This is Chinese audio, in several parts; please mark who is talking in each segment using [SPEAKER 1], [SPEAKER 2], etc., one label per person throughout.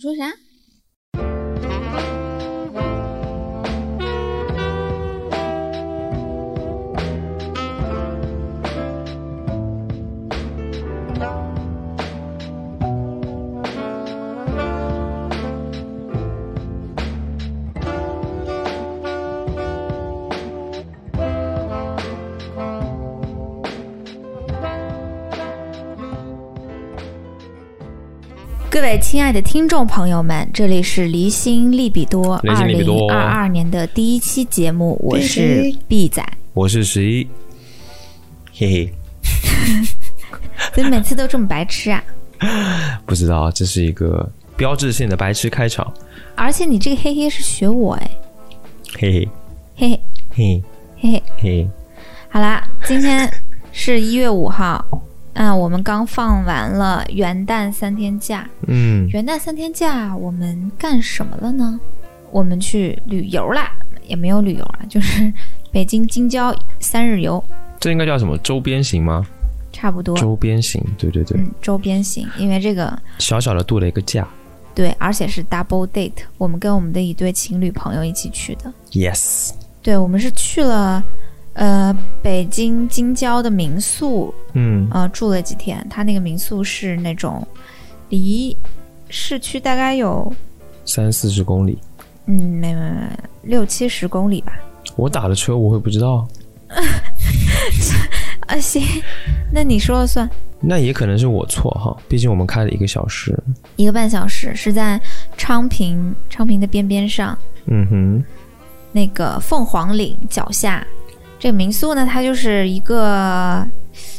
[SPEAKER 1] 你说啥？各位亲爱的听众朋友们，这里是离心利比多
[SPEAKER 2] 离
[SPEAKER 1] 二
[SPEAKER 2] 心利比
[SPEAKER 1] 零
[SPEAKER 2] 多
[SPEAKER 1] 二二年的第一期节目，我是
[SPEAKER 3] 第一
[SPEAKER 1] B 仔。
[SPEAKER 2] 我是十一，嘿嘿，
[SPEAKER 1] 怎么每次都这么白痴啊？
[SPEAKER 2] 不知道啊这是一个标志性的白痴开场，
[SPEAKER 1] 而且你这个嘿嘿是学我哎，
[SPEAKER 2] 嘿
[SPEAKER 1] 嘿
[SPEAKER 2] 嘿
[SPEAKER 1] 嘿
[SPEAKER 2] 嘿
[SPEAKER 1] 嘿嘿。
[SPEAKER 2] 嘿，
[SPEAKER 1] 好啦，今天是一月五号， 嗯，我们刚放完了元旦三天假。
[SPEAKER 2] 嗯，
[SPEAKER 1] 元旦三天假，我们干什么了呢？我们去旅游啦，也没有旅游啦，就是北京京郊三日游，
[SPEAKER 2] 这应该叫什么周边行吗？
[SPEAKER 1] 差不多。
[SPEAKER 2] 周边行，对对对，
[SPEAKER 1] 嗯，周边行，因为这个
[SPEAKER 2] 小小的度了一个假
[SPEAKER 1] 对，而且是 double date，我们跟我们的一对情侣朋友一起去的。
[SPEAKER 2] ，yes，
[SPEAKER 1] 对，我们是去了，呃，北京京郊的民宿，
[SPEAKER 2] 嗯，
[SPEAKER 1] 呃，住了几天。他那个民宿是那种离市区大概有，
[SPEAKER 2] 三四十公里，
[SPEAKER 1] 嗯，没没没，六七十公里吧。
[SPEAKER 2] 我打的车我会不知道，
[SPEAKER 1] 啊，行，那你说了算。
[SPEAKER 2] 那也可能是我错哈，毕竟我们开了一个小时，
[SPEAKER 1] 一个半小时是在昌平，昌平的边边上，
[SPEAKER 2] 嗯哼，
[SPEAKER 1] 那个凤凰岭脚下。这个民宿呢，它就是一个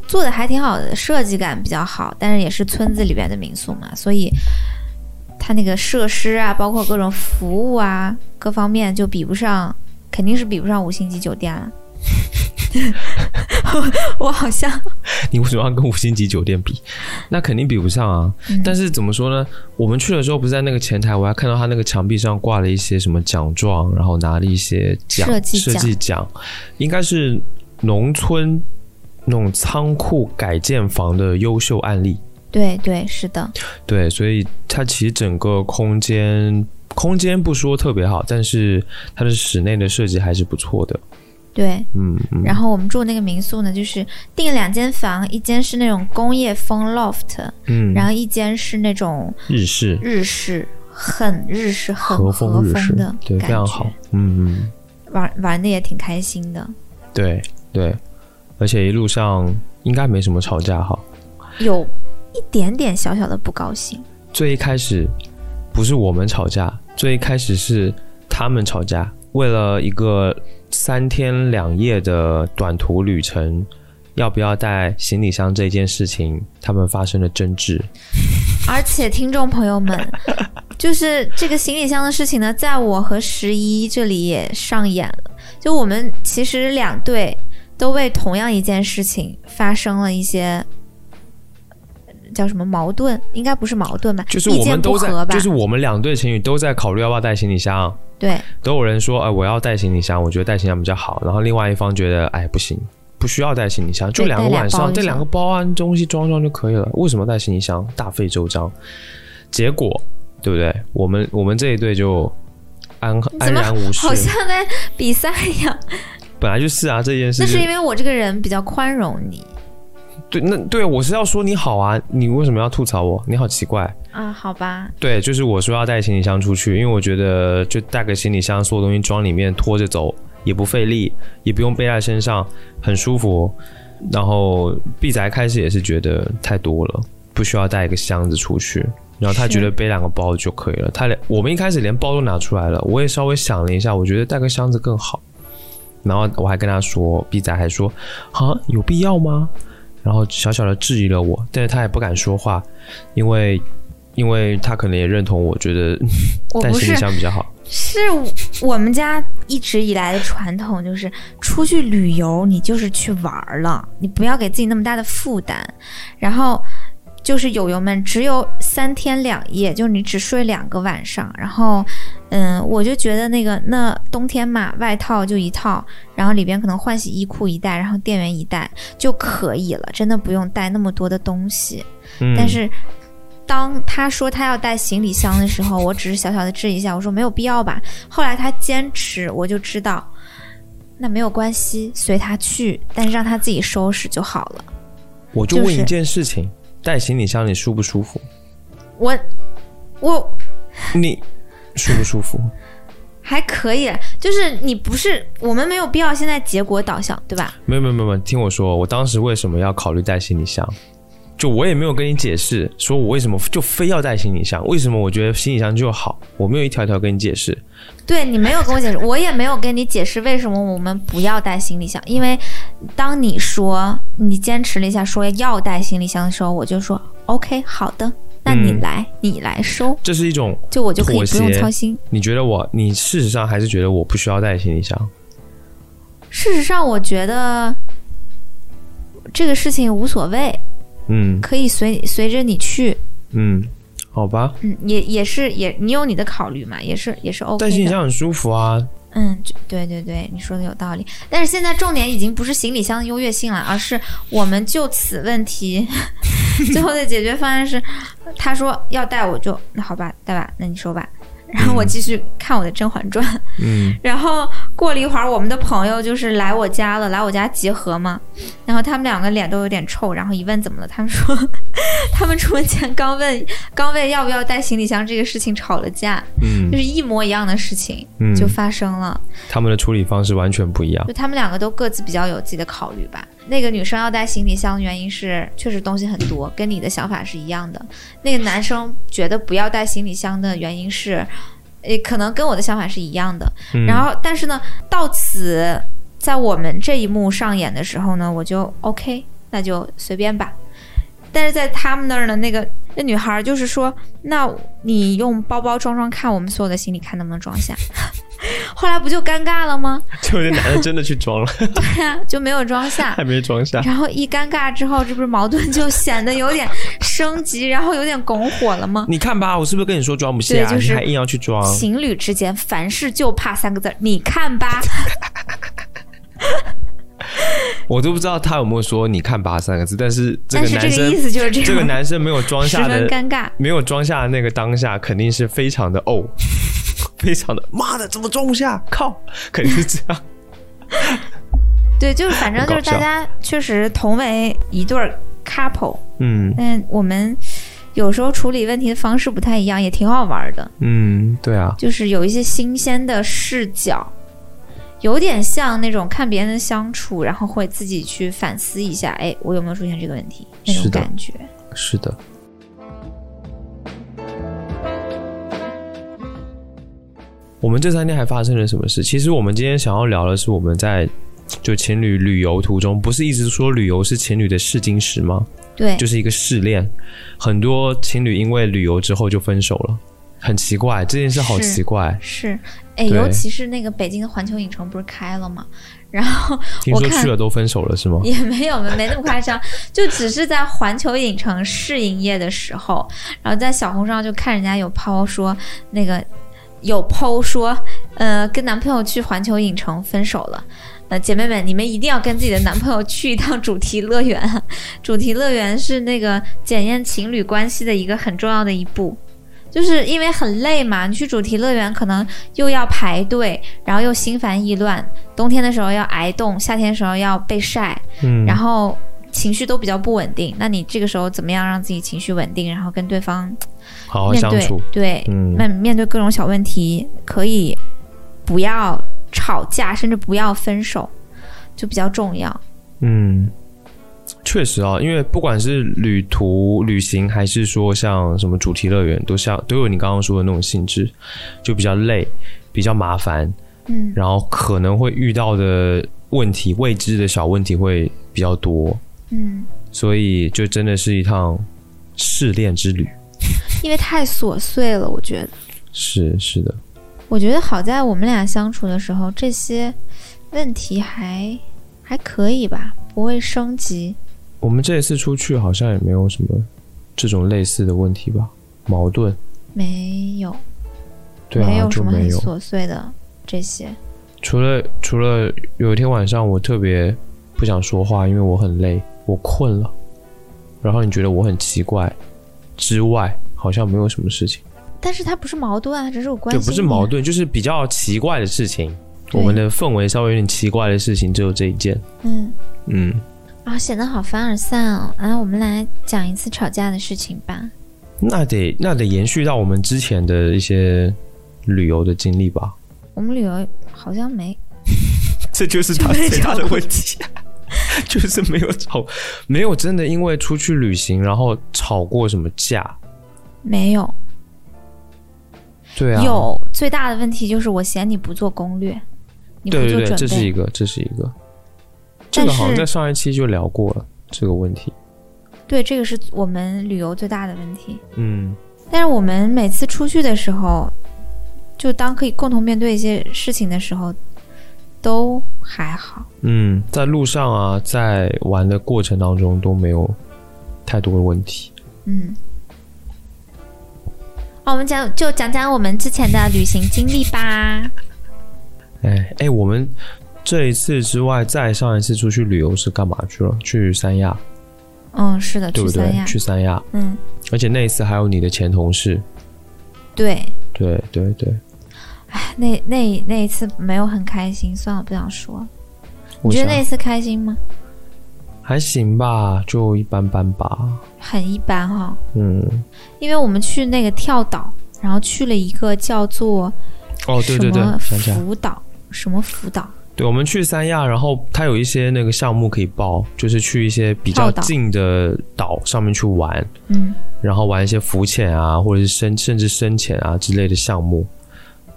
[SPEAKER 1] 做的还挺好的，设计感比较好，但是也是村子里边的民宿嘛，所以它那个设施啊，包括各种服务啊，各方面就比不上，肯定是比不上五星级酒店了。我我好像，
[SPEAKER 2] 你为什么要跟五星级酒店 比？那肯定比不上啊。
[SPEAKER 1] 嗯
[SPEAKER 2] 但是怎么说呢？我们去的时候不是在那个前台，我还看到他那个墙壁上挂了一些什么奖状，然后拿了一些奖
[SPEAKER 1] 设计奖
[SPEAKER 2] 奖，应该是农村那种仓库改建房的优秀案例。
[SPEAKER 1] 对对是的，
[SPEAKER 2] 对，所以它其实整个空间。空间不说特别好，但是它的室内的设计还是不错的。
[SPEAKER 1] 对，
[SPEAKER 2] 嗯嗯，
[SPEAKER 1] 然后我们住那个民宿呢，就是订两间房，一间是那种工业风 loft，
[SPEAKER 2] 嗯，
[SPEAKER 1] 然后一间是那种
[SPEAKER 2] 日式
[SPEAKER 1] 日式，很日式，很
[SPEAKER 2] 和
[SPEAKER 1] 风
[SPEAKER 2] 风日式
[SPEAKER 1] 的，
[SPEAKER 2] 对，非常好。。嗯嗯。
[SPEAKER 1] 玩玩的也挺开心的，
[SPEAKER 2] 对对，而且一路上应该没什么吵架哈。
[SPEAKER 1] 有一点点小小的不高兴。
[SPEAKER 2] 最一开始不是我们吵架，最一开始是他们吵架，为了一个三天两夜的短途旅程。要不要带行李箱这件事情，他们发生了争执。
[SPEAKER 1] 而且听众朋友 们，就是这个行李箱的事情呢，在我和十一这里也上演了。就我们其实两队都为同样一件事情发生了一些呃叫什么矛盾，应该不是矛盾吧？
[SPEAKER 2] 就是
[SPEAKER 1] 意
[SPEAKER 2] 我
[SPEAKER 1] 见
[SPEAKER 2] 们都
[SPEAKER 1] 不
[SPEAKER 2] 在
[SPEAKER 1] 合，吧？
[SPEAKER 2] 就是我们两对情侣都在考虑要不要带行李箱，
[SPEAKER 1] 对
[SPEAKER 2] 都有人说，哎，我要带行李箱，我觉得带行李箱比较好。然后另外一方觉得，哎，不行，不需要带行李箱，就
[SPEAKER 1] 对
[SPEAKER 2] 两个晚上，
[SPEAKER 1] 带
[SPEAKER 2] 带
[SPEAKER 1] 两
[SPEAKER 2] 两
[SPEAKER 1] 个
[SPEAKER 2] 个包啊，东西装装就可以了。为什么带行李箱？大费周章。结果，对不对？我们我们这一队就安安然无事
[SPEAKER 1] 好，像在比赛一样。
[SPEAKER 2] 本来就是啊，这件事
[SPEAKER 1] 那是
[SPEAKER 2] 情
[SPEAKER 1] 因为我这个人比较宽容你
[SPEAKER 2] 对，那对我是要说你好啊，你为什么要吐槽我？你好奇怪。
[SPEAKER 1] 啊，好吧？
[SPEAKER 2] 对，就是我说要带行李箱出去，因为我觉得就带个行李箱，所有东西装里面，拖着走也不费力，也不用背在身上，很舒服。然后 B 仔开始也是觉得太多了，不需要带一个箱子出去。然后他
[SPEAKER 1] 是
[SPEAKER 2] 觉得背两个包就可以了。他连我们一开始连包都拿出来了，我也稍微想了一下，我觉得带个箱子更好。然后我还跟他说，B 仔还说啊，有必要吗？然后小小的质疑了我，但是他也不敢说话，因为因为他可能也认同我觉得
[SPEAKER 1] 我
[SPEAKER 2] 带
[SPEAKER 1] 不
[SPEAKER 2] 行
[SPEAKER 1] 是
[SPEAKER 2] 李箱比较好。
[SPEAKER 1] 是我我们家一直以来的传统，就是出去旅游，你就是去玩儿了，你不要给自己那么大的负担。然后就是友友们只有三天两夜，就你只睡两个晚上。然后，嗯，我就觉得那个那冬天嘛，外套就一套，然后里边可能换洗衣裤一袋，然后电源一袋就可以了，真的不用带那么多的东西。
[SPEAKER 2] 嗯，
[SPEAKER 1] 但是当他说他要带行李箱的时候，我只是小小的质疑一下，我说没有必要吧。后来他坚持，我就知道那没有关系，随他去，但是让他自己收拾就好了。
[SPEAKER 2] 我就问
[SPEAKER 1] 就是
[SPEAKER 2] 一件事情：带行李箱你舒不舒服？
[SPEAKER 1] 我我
[SPEAKER 2] 你舒不舒服？
[SPEAKER 1] 还可以，就是你不是我们没有必要现在结果导向，对吧？
[SPEAKER 2] 没有没有没有没有，听我说，我当时为什么要考虑带行李箱？就我也没有跟你解释，说我为什么就非要带行李箱，为什么我觉得行李箱就好，我没有一条条跟你解释。
[SPEAKER 1] 对你没有跟我解释，我也没有跟你解释为什么我们不要带行李箱，因为当你说你坚持了一下说要带行李箱的时候，我就说 OK 好的，那你
[SPEAKER 2] 嗯
[SPEAKER 1] 来、你来收，
[SPEAKER 2] 这是一种
[SPEAKER 1] 就我就可以
[SPEAKER 2] 妥
[SPEAKER 1] 不
[SPEAKER 2] 协
[SPEAKER 1] 用操心。
[SPEAKER 2] 你觉得我，你事实上还是觉得我不需要带行李箱。
[SPEAKER 1] 事实上，我觉得这个事情无所谓，
[SPEAKER 2] 嗯
[SPEAKER 1] 可以随随着你去，
[SPEAKER 2] 嗯，好吧，
[SPEAKER 1] 嗯，也也是也你有你的考虑嘛，也是也是 OK 的。
[SPEAKER 2] 带行李箱很舒服啊。
[SPEAKER 1] 嗯，就对对对，你说的有道理。但是现在重点已经不是行李箱的优越性了，而是我们就此问题 最后的解决方案是，他说要带我就那好吧，带吧，那你说吧。然后我继续看我的《甄嬛传》，
[SPEAKER 2] 嗯
[SPEAKER 1] 然后过了一会儿，我们的朋友就是来我家了，来我家集合嘛。然后他们两个脸都有点臭，然后一问怎么了，他们说 他们出门前刚问刚为要不要带行李箱这个事情吵了架，
[SPEAKER 2] 嗯
[SPEAKER 1] 就是一模一样的事情
[SPEAKER 2] 嗯，
[SPEAKER 1] 就发生了。
[SPEAKER 2] 他们的处理方式完全不一样。
[SPEAKER 1] 就他们两个都各自比较有自己的考虑吧。那个女生要带行李箱的原因是，确实东西很多，跟你的想法是一样的。那个男生觉得不要带行李箱的原因是，呃，可能跟我的想法是一样的。
[SPEAKER 2] 嗯
[SPEAKER 1] 然后，但是呢，到此在我们这一幕上演的时候呢，我就 OK，那就随便吧。但是在他们那儿呢，那个那女孩就是说，那你用包包装装看，我们所有的行李看能不能装下。 后来不就尴尬了吗？
[SPEAKER 2] 就有些男的真的去装了，
[SPEAKER 1] 呀， 就没有装下
[SPEAKER 2] 还。没装下。
[SPEAKER 1] 然后一尴尬之后，这不是矛盾就显得有点升级，然后有点拱火了吗？
[SPEAKER 2] 你看吧，我是不是跟你说装不下？
[SPEAKER 1] 对就是
[SPEAKER 2] 你还硬要去装。
[SPEAKER 1] 情侣之间凡事就怕三个字儿，你看吧。
[SPEAKER 2] 我都不知道他有没有说“你看吧”三个字，但是这
[SPEAKER 1] 但
[SPEAKER 2] 个
[SPEAKER 1] 是
[SPEAKER 2] 男
[SPEAKER 1] 这个
[SPEAKER 2] 生
[SPEAKER 1] 意，思就是这样，
[SPEAKER 2] 这个男生没有装
[SPEAKER 1] 十
[SPEAKER 2] 下
[SPEAKER 1] 分
[SPEAKER 2] 的，
[SPEAKER 1] 尴尬。
[SPEAKER 2] 没有装下的那个当下，肯定是非常的哦， 非常的妈的，怎么装不下？靠，肯定是这 样。
[SPEAKER 1] 对，就是反正就是大家确实同为一对儿 couple，
[SPEAKER 2] 嗯
[SPEAKER 1] 但我们有时候处理问题的方式不太一样，也挺好玩的，
[SPEAKER 2] 嗯，对啊，
[SPEAKER 1] 就是有一些新鲜的视角。有点像那种看别人的相处，然后会自己去反思一下，哎，我有没有出现这个问题那种
[SPEAKER 2] 是的
[SPEAKER 1] 感觉。
[SPEAKER 2] 是的。我们这三天还发生了什么事？其实我们今天想要聊的是我们在就情侣旅游途中，不是一直说旅游是情侣的试金石吗？
[SPEAKER 1] 对，
[SPEAKER 2] 就是一个试炼。很多情侣因为旅游之后就分手了，很奇怪，这件事好
[SPEAKER 1] 是
[SPEAKER 2] 奇怪。
[SPEAKER 1] 是，哎，
[SPEAKER 2] 对
[SPEAKER 1] 尤其是那个北京的环球影城不是开了吗？然后
[SPEAKER 2] 听
[SPEAKER 1] 我
[SPEAKER 2] 说
[SPEAKER 1] 看
[SPEAKER 2] 去了都分手了是吗？
[SPEAKER 1] 也没有没没那么夸张， 就只是在环球影城试营业的时候，然后在小红书上就看人家有抛说那个有剖说，呃，跟男朋友去环球影城分手了。呃，姐妹们，你们一定要跟自己的男朋友去一趟主题乐园。 主题乐园是那个检验情侣关系的一个很重要的一步，就是因为很累嘛，你去主题乐园可能又要排队，然后又心烦意乱，冬天的时候要挨冻，夏天的时候要被晒，
[SPEAKER 2] 嗯
[SPEAKER 1] 然后情绪都比较不稳定。那你这个时候怎么样让自己情绪稳定，然后跟对方
[SPEAKER 2] 好好
[SPEAKER 1] 面
[SPEAKER 2] 相
[SPEAKER 1] 对
[SPEAKER 2] 处。
[SPEAKER 1] 对，
[SPEAKER 2] 嗯
[SPEAKER 1] 面、面对各种小问题，可以不要吵架，甚至不要分手，就比较重要。
[SPEAKER 2] 嗯，确实啊，因为不管是旅途、旅行，还是说像什么主题乐园，都像都有你刚刚说的那种性质，就比较累，比较麻烦，
[SPEAKER 1] 嗯，
[SPEAKER 2] 然后可能会遇到的问题、未知的小问题会比较多，
[SPEAKER 1] 嗯，
[SPEAKER 2] 所以就真的是一趟试炼之旅。
[SPEAKER 1] 因为太琐碎了，我觉得。
[SPEAKER 2] 是是的，
[SPEAKER 1] 我觉得好在我们俩相处的时候，这些问题还还可以吧，不会升级。
[SPEAKER 2] 我们这一次出去好像也没有什么这种类似的问题吧，矛盾，
[SPEAKER 1] 没有，
[SPEAKER 2] 对
[SPEAKER 1] 没
[SPEAKER 2] 啊，
[SPEAKER 1] 有
[SPEAKER 2] 就
[SPEAKER 1] 什么
[SPEAKER 2] 没
[SPEAKER 1] 很
[SPEAKER 2] 有。
[SPEAKER 1] 琐碎的这些。
[SPEAKER 2] 除了除了有一天晚上我特别不想说话，因为我很累，我困了。然后你觉得我很奇怪，之外，好像没有什么事情。
[SPEAKER 1] 但是它不是矛盾啊，只是我关
[SPEAKER 2] 对，
[SPEAKER 1] 心
[SPEAKER 2] 不是
[SPEAKER 1] 你
[SPEAKER 2] 矛，盾，就是比较奇怪的事情。
[SPEAKER 1] 对
[SPEAKER 2] 我们的氛围稍微有点奇怪的事情只有这一件。
[SPEAKER 1] 嗯。
[SPEAKER 2] 嗯，
[SPEAKER 1] 啊，显得好凡尔赛哦！啊，我们来讲一次吵架的事情吧。
[SPEAKER 2] 那得那得延续到我们之前的一些旅游的经历吧。
[SPEAKER 1] 我们旅游好像没，
[SPEAKER 2] 这就是他
[SPEAKER 1] 就没
[SPEAKER 2] 最大的
[SPEAKER 1] 找
[SPEAKER 2] 问题， 就是没有吵，没有真的因为出去旅行然后吵过什么架。
[SPEAKER 1] 没有，
[SPEAKER 2] 对啊，
[SPEAKER 1] 有最大的问题就是我嫌你不做攻略，你不
[SPEAKER 2] 对
[SPEAKER 1] 做准
[SPEAKER 2] 对
[SPEAKER 1] 备。
[SPEAKER 2] 对，这是一个，这是一个。这
[SPEAKER 1] 但
[SPEAKER 2] 个好像在
[SPEAKER 1] 是
[SPEAKER 2] 上一期就聊过了这个问题。
[SPEAKER 1] 对这个是我们旅游最大的问题。
[SPEAKER 2] 嗯，
[SPEAKER 1] 但是我们每次出去的时候，就当可以共同面对一些事情的时候，都还好。
[SPEAKER 2] 嗯，在路上啊，在玩的过程当中都没有太多的问题。
[SPEAKER 1] 嗯。啊，我们讲就讲讲我们之前的旅行经历吧。
[SPEAKER 2] 哎哎，我们这一次之外，再上一次出去旅游是干嘛去了？去三亚，
[SPEAKER 1] 嗯，是的，
[SPEAKER 2] 对
[SPEAKER 1] 去
[SPEAKER 2] 不
[SPEAKER 1] 三
[SPEAKER 2] 对？
[SPEAKER 1] 亚。
[SPEAKER 2] 去三亚，
[SPEAKER 1] 嗯，
[SPEAKER 2] 而且那一次还有你的前同事。
[SPEAKER 1] 对。
[SPEAKER 2] 对对对，
[SPEAKER 1] 那那那一次没有很开心，算了，不想说了。你
[SPEAKER 2] 我
[SPEAKER 1] 觉得
[SPEAKER 2] 想
[SPEAKER 1] 那一次开心吗？
[SPEAKER 2] 还行吧，就一般般吧。
[SPEAKER 1] 很一般哈、
[SPEAKER 2] 嗯，
[SPEAKER 1] 因为我们去那个跳岛，然后去了一个叫做
[SPEAKER 2] 哦，对
[SPEAKER 1] 什
[SPEAKER 2] 对对，
[SPEAKER 1] 么
[SPEAKER 2] 想起来，
[SPEAKER 1] 福岛，什么福岛，
[SPEAKER 2] 对，我们去三亚，然后它有一些那个项目可以报，就是去一些比
[SPEAKER 1] 跳
[SPEAKER 2] 较
[SPEAKER 1] 岛
[SPEAKER 2] 近的岛上面去玩。
[SPEAKER 1] 嗯，
[SPEAKER 2] 然后玩一些浮潜啊，或者是深甚至深潜啊之类的项目。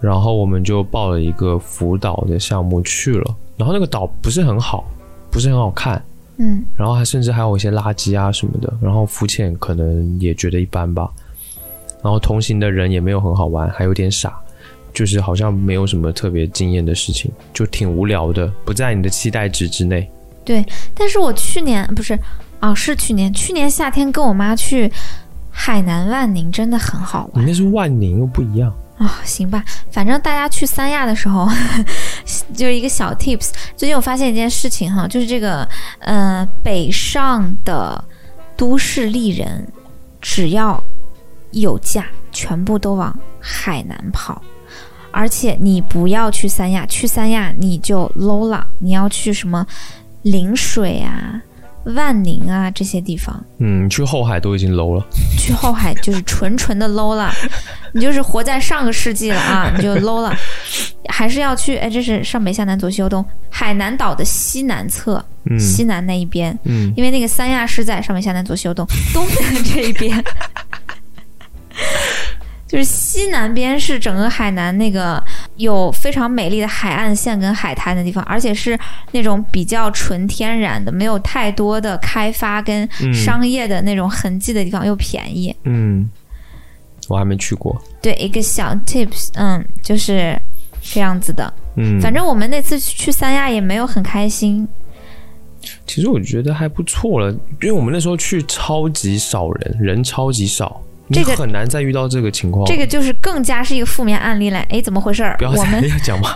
[SPEAKER 2] 然后我们就报了一个浮岛的项目去了，然后那个岛不是很好，不是很好看，
[SPEAKER 1] 嗯，
[SPEAKER 2] 然后还甚至还有一些垃圾啊什么的。然后浮潜可能也觉得一般吧，然后同行的人也没有很好玩，还有点傻，就是好像没有什么特别惊艳的事情，就挺无聊的，不在你的期待值之内。
[SPEAKER 1] 但是我去年不是啊、是去年，去年夏天跟我妈去海南万宁，真的很好
[SPEAKER 2] 你
[SPEAKER 1] 玩
[SPEAKER 2] 那是万宁又不一样，
[SPEAKER 1] 啊、行吧，反正大家去三亚的时候， 就是一个小 tips。最近我发现一件事情哈，就是这个呃北上的都市丽人，只要有假，全部都往海南跑。而且你不要去三亚，去三亚你就 low 了。你要去什么陵水啊、万宁啊这些地方，
[SPEAKER 2] 嗯，你去后海都已经 low 了。
[SPEAKER 1] 去后海就是纯纯的 low 了，你就是活在上个世纪了啊，你就 low 了，还是要去哎，这是上北下南左西右东，海南岛的西南侧，
[SPEAKER 2] 嗯
[SPEAKER 1] 西南那一边，
[SPEAKER 2] 嗯，
[SPEAKER 1] 因为那个三亚是在上北下南左西右东， 东南这一边， 就是西南边是整个海南那个有非常美丽的海岸线跟海滩的地方，而且是那种比较纯天然的，没有太多的开发跟
[SPEAKER 2] 嗯
[SPEAKER 1] 商业的那种痕迹的地方，又便宜。
[SPEAKER 2] 嗯，我还没去过。
[SPEAKER 1] 对，一个小 tips，嗯，就是这样子的。
[SPEAKER 2] 嗯，
[SPEAKER 1] 反正我们那次去三亚也没有很开心，
[SPEAKER 2] 其实我觉得还不错了，因为我们那时候去超级少人，人超级少，
[SPEAKER 1] 这个
[SPEAKER 2] 你很难再遇到这个情况。
[SPEAKER 1] 这个就是更加是一个负面案例了。哎，怎么回事儿？
[SPEAKER 2] 不 要
[SPEAKER 1] 我
[SPEAKER 2] 再
[SPEAKER 1] 们
[SPEAKER 2] 讲嘛，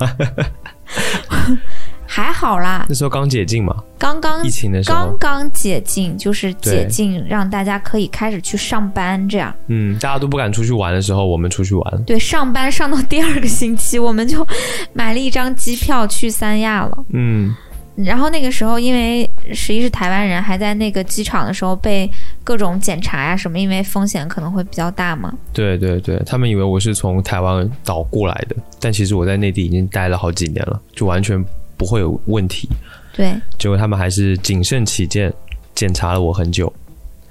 [SPEAKER 1] 还好啦，
[SPEAKER 2] 那时候刚解禁嘛，
[SPEAKER 1] 刚刚
[SPEAKER 2] 疫情的时候
[SPEAKER 1] 嗯刚，刚解禁，就是
[SPEAKER 2] 对
[SPEAKER 1] 解禁，让大家可以开始去上班，这样。
[SPEAKER 2] 嗯，大家都不敢出去玩的时候，我们出去玩。
[SPEAKER 1] 对，上班上到第二个星期，我们就买了一张机票去三亚了。
[SPEAKER 2] 嗯，
[SPEAKER 1] 然后那个时候，因为十一是台湾人，还在那个机场的时候被各种检查呀、什么，因为风险可能会比较大嘛。
[SPEAKER 2] 对对对，他们以为我是从台湾岛过来的，但其实我在内地已经待了好几年了，就完全不会有问题。
[SPEAKER 1] 对
[SPEAKER 2] 结果他们还是谨慎起见，检查了我很久。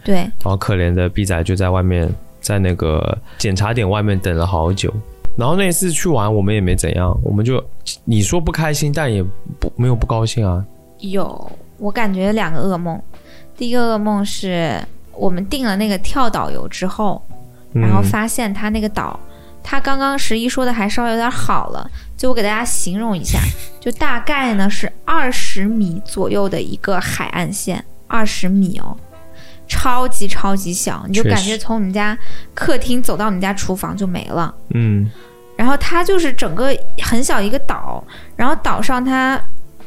[SPEAKER 1] 对，
[SPEAKER 2] 然后可怜的 B 仔就在外面，在那个检查点外面等了好久。然后那一次去玩，我们也没怎样，我们就你说不开心，但也不没有不高兴啊。
[SPEAKER 1] 有，我感觉两个噩梦。第一个噩梦是我们订了那个跳岛游之后，
[SPEAKER 2] 嗯、
[SPEAKER 1] 然后发现它那个岛，它刚刚十一说的还稍微有点好了，就我给大家形容一下，就大概呢是二十米左右的一个海岸线，二十米哦。超级超级小，你就
[SPEAKER 2] 确
[SPEAKER 1] 感
[SPEAKER 2] 实
[SPEAKER 1] 觉从你家客厅走到你家厨房就没了。
[SPEAKER 2] 嗯
[SPEAKER 1] 然后它就是整个很小一个岛，然后岛上它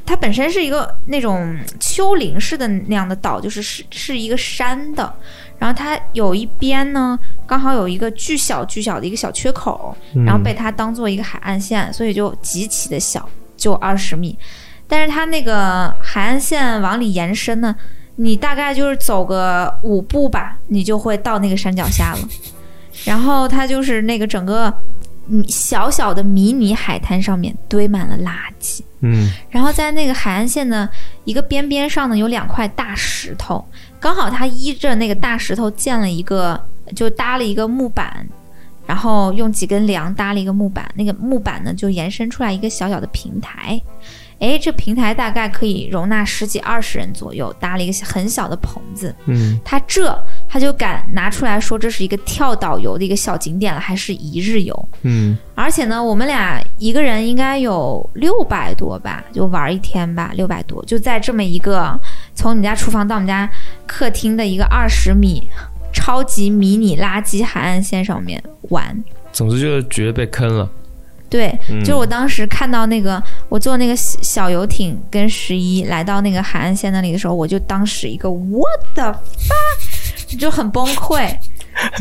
[SPEAKER 1] 它本身是一个那种丘陵式的那样的岛，就是是是一个山的，然后它有一边呢，刚好有一个巨小巨小的一个小缺口，
[SPEAKER 2] 嗯
[SPEAKER 1] 然后被它当做一个海岸线，所以就极其的小，就二十米。但是它那个海岸线往里延伸呢，你大概就是走个五步吧，你就会到那个山脚下了。然后它就是那个整个嗯小小的迷你海滩上面堆满了垃圾，
[SPEAKER 2] 嗯
[SPEAKER 1] 然后在那个海岸线的一个边边上呢，有两块大石头，刚好他依着那个大石头建了一个，就搭了一个木板，然后用几根梁搭了一个木板，那个木板呢就延伸出来一个小小的平台。诶，这平台大概可以容纳十几二十人左右，搭了一个很小的棚子。
[SPEAKER 2] 嗯，
[SPEAKER 1] 他这他就敢拿出来说这是一个跳岛游的一个小景点了，还是一日游。
[SPEAKER 2] 嗯
[SPEAKER 1] 而且呢，我们俩一个人应该有六百多吧，就玩一天吧，六百多，就在这么一个从你家厨房到我们家客厅的一个二十米超级迷你垃圾海岸线上面玩。
[SPEAKER 2] 总之就是觉得被坑了。
[SPEAKER 1] 对，
[SPEAKER 2] 嗯、
[SPEAKER 1] 就是我当时看到那个，我坐那个小小游艇跟十一来到那个海岸线那里的时候，我就当时一个 what the fuck，就很崩溃。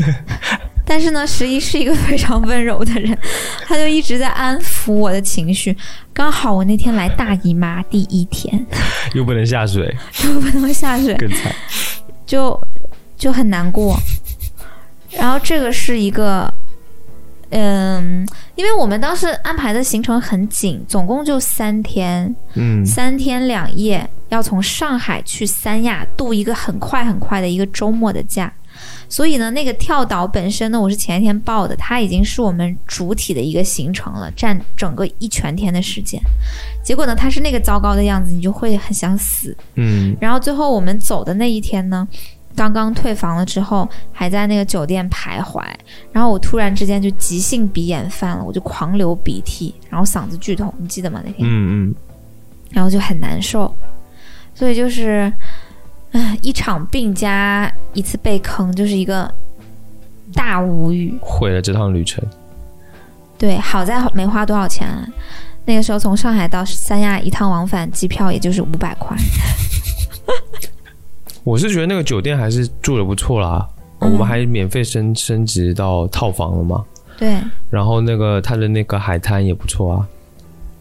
[SPEAKER 1] 但是呢，十一是一个非常温柔的人，他就一直在安抚我的情绪。刚好我那天来大姨妈第一天，
[SPEAKER 2] 又不能下水，
[SPEAKER 1] 又不能下水，
[SPEAKER 2] 更惨。
[SPEAKER 1] 就就很难过。然后这个是一个，嗯，因为我们当时安排的行程很紧，总共就三天，
[SPEAKER 2] 嗯
[SPEAKER 1] 三天两夜，要从上海去三亚度一个很快很快的一个周末的假。所以呢，那个跳岛本身呢，我是前一天报的，它已经是我们主体的一个行程了，占整个一全天的时间。结果呢，它是那个糟糕的样子，你就会很想死。
[SPEAKER 2] 嗯
[SPEAKER 1] 然后最后我们走的那一天呢，刚刚退房了之后，还在那个酒店徘徊。然后我突然之间就急性鼻炎犯了，我就狂流鼻涕，然后嗓子剧痛，你记得吗？那天，
[SPEAKER 2] 嗯嗯，
[SPEAKER 1] 然后就很难受。所以就是，唉，一场病加一次被坑，就是一个大无语。
[SPEAKER 2] 毁了这趟旅程。
[SPEAKER 1] 对，好在没花多少钱、啊。那个时候从上海到三亚一趟往返机票也就是五百块，
[SPEAKER 2] 我是觉得那个酒店还是住的不错啦，
[SPEAKER 1] 嗯
[SPEAKER 2] 我们还免费升升级到套房了嘛。
[SPEAKER 1] 对，
[SPEAKER 2] 然后那个它的那个海滩也不错啊，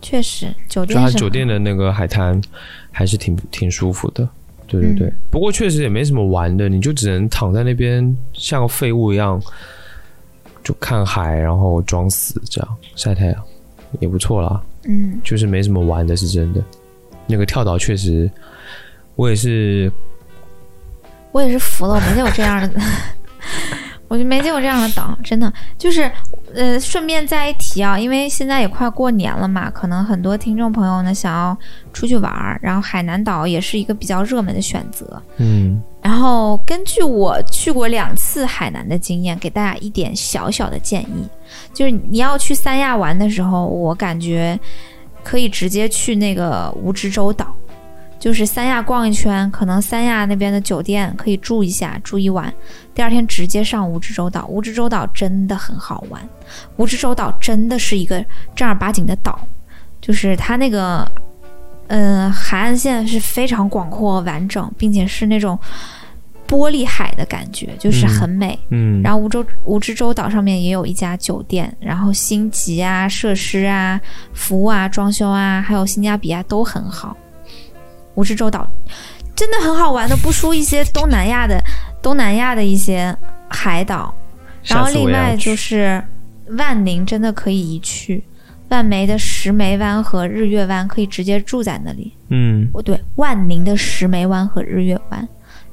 [SPEAKER 1] 确实酒
[SPEAKER 2] 就
[SPEAKER 1] 店
[SPEAKER 2] 它
[SPEAKER 1] 是
[SPEAKER 2] 酒店的那个海滩还是挺挺舒服的。对对
[SPEAKER 1] 嗯
[SPEAKER 2] 对，不过确实也没什么玩的，你就只能躺在那边像个废物一样，就看海，然后装死这样晒太阳，也不错啦。
[SPEAKER 1] 嗯。
[SPEAKER 2] 就是没什么玩的，是真的。那个跳岛确实，我也是，
[SPEAKER 1] 我也是服了，我没见过这样的，我就没见过这样的岛，真的就是，呃，顺便再一提啊，因为现在也快过年了嘛，可能很多听众朋友呢想要出去玩儿，然后海南岛也是一个比较热门的选择。
[SPEAKER 2] 嗯
[SPEAKER 1] 然后根据我去过两次海南的经验，给大家一点小小的建议，就是你要去三亚玩的时候，我感觉可以直接去那个蜈支洲岛，就是三亚逛一圈，可能三亚那边的酒店可以住一下，住一晚，第二天直接上蜈支洲岛。蜈支洲岛真的很好玩，蜈支洲岛真的是一个正儿八经的岛，就是它那个。嗯，海岸线是非常广阔完整，并且是那种玻璃海的感觉，就是很美。
[SPEAKER 2] 嗯，
[SPEAKER 1] 然后梧州梧枝洲岛上面也有一家酒店，然后星级啊、设施啊、服务啊、装修啊，还有性价比啊都很好。梧枝洲岛真的很好玩的，不输一些东南亚的东南亚的一些海岛。然
[SPEAKER 2] 下
[SPEAKER 1] 后
[SPEAKER 2] 次我
[SPEAKER 1] 另
[SPEAKER 2] 也要
[SPEAKER 1] 外就
[SPEAKER 2] 去
[SPEAKER 1] 是万宁真的可以一去，万梅的石梅湾和日月湾可以直接住在那里。
[SPEAKER 2] 嗯
[SPEAKER 1] 不对，万宁的石梅湾和日月湾，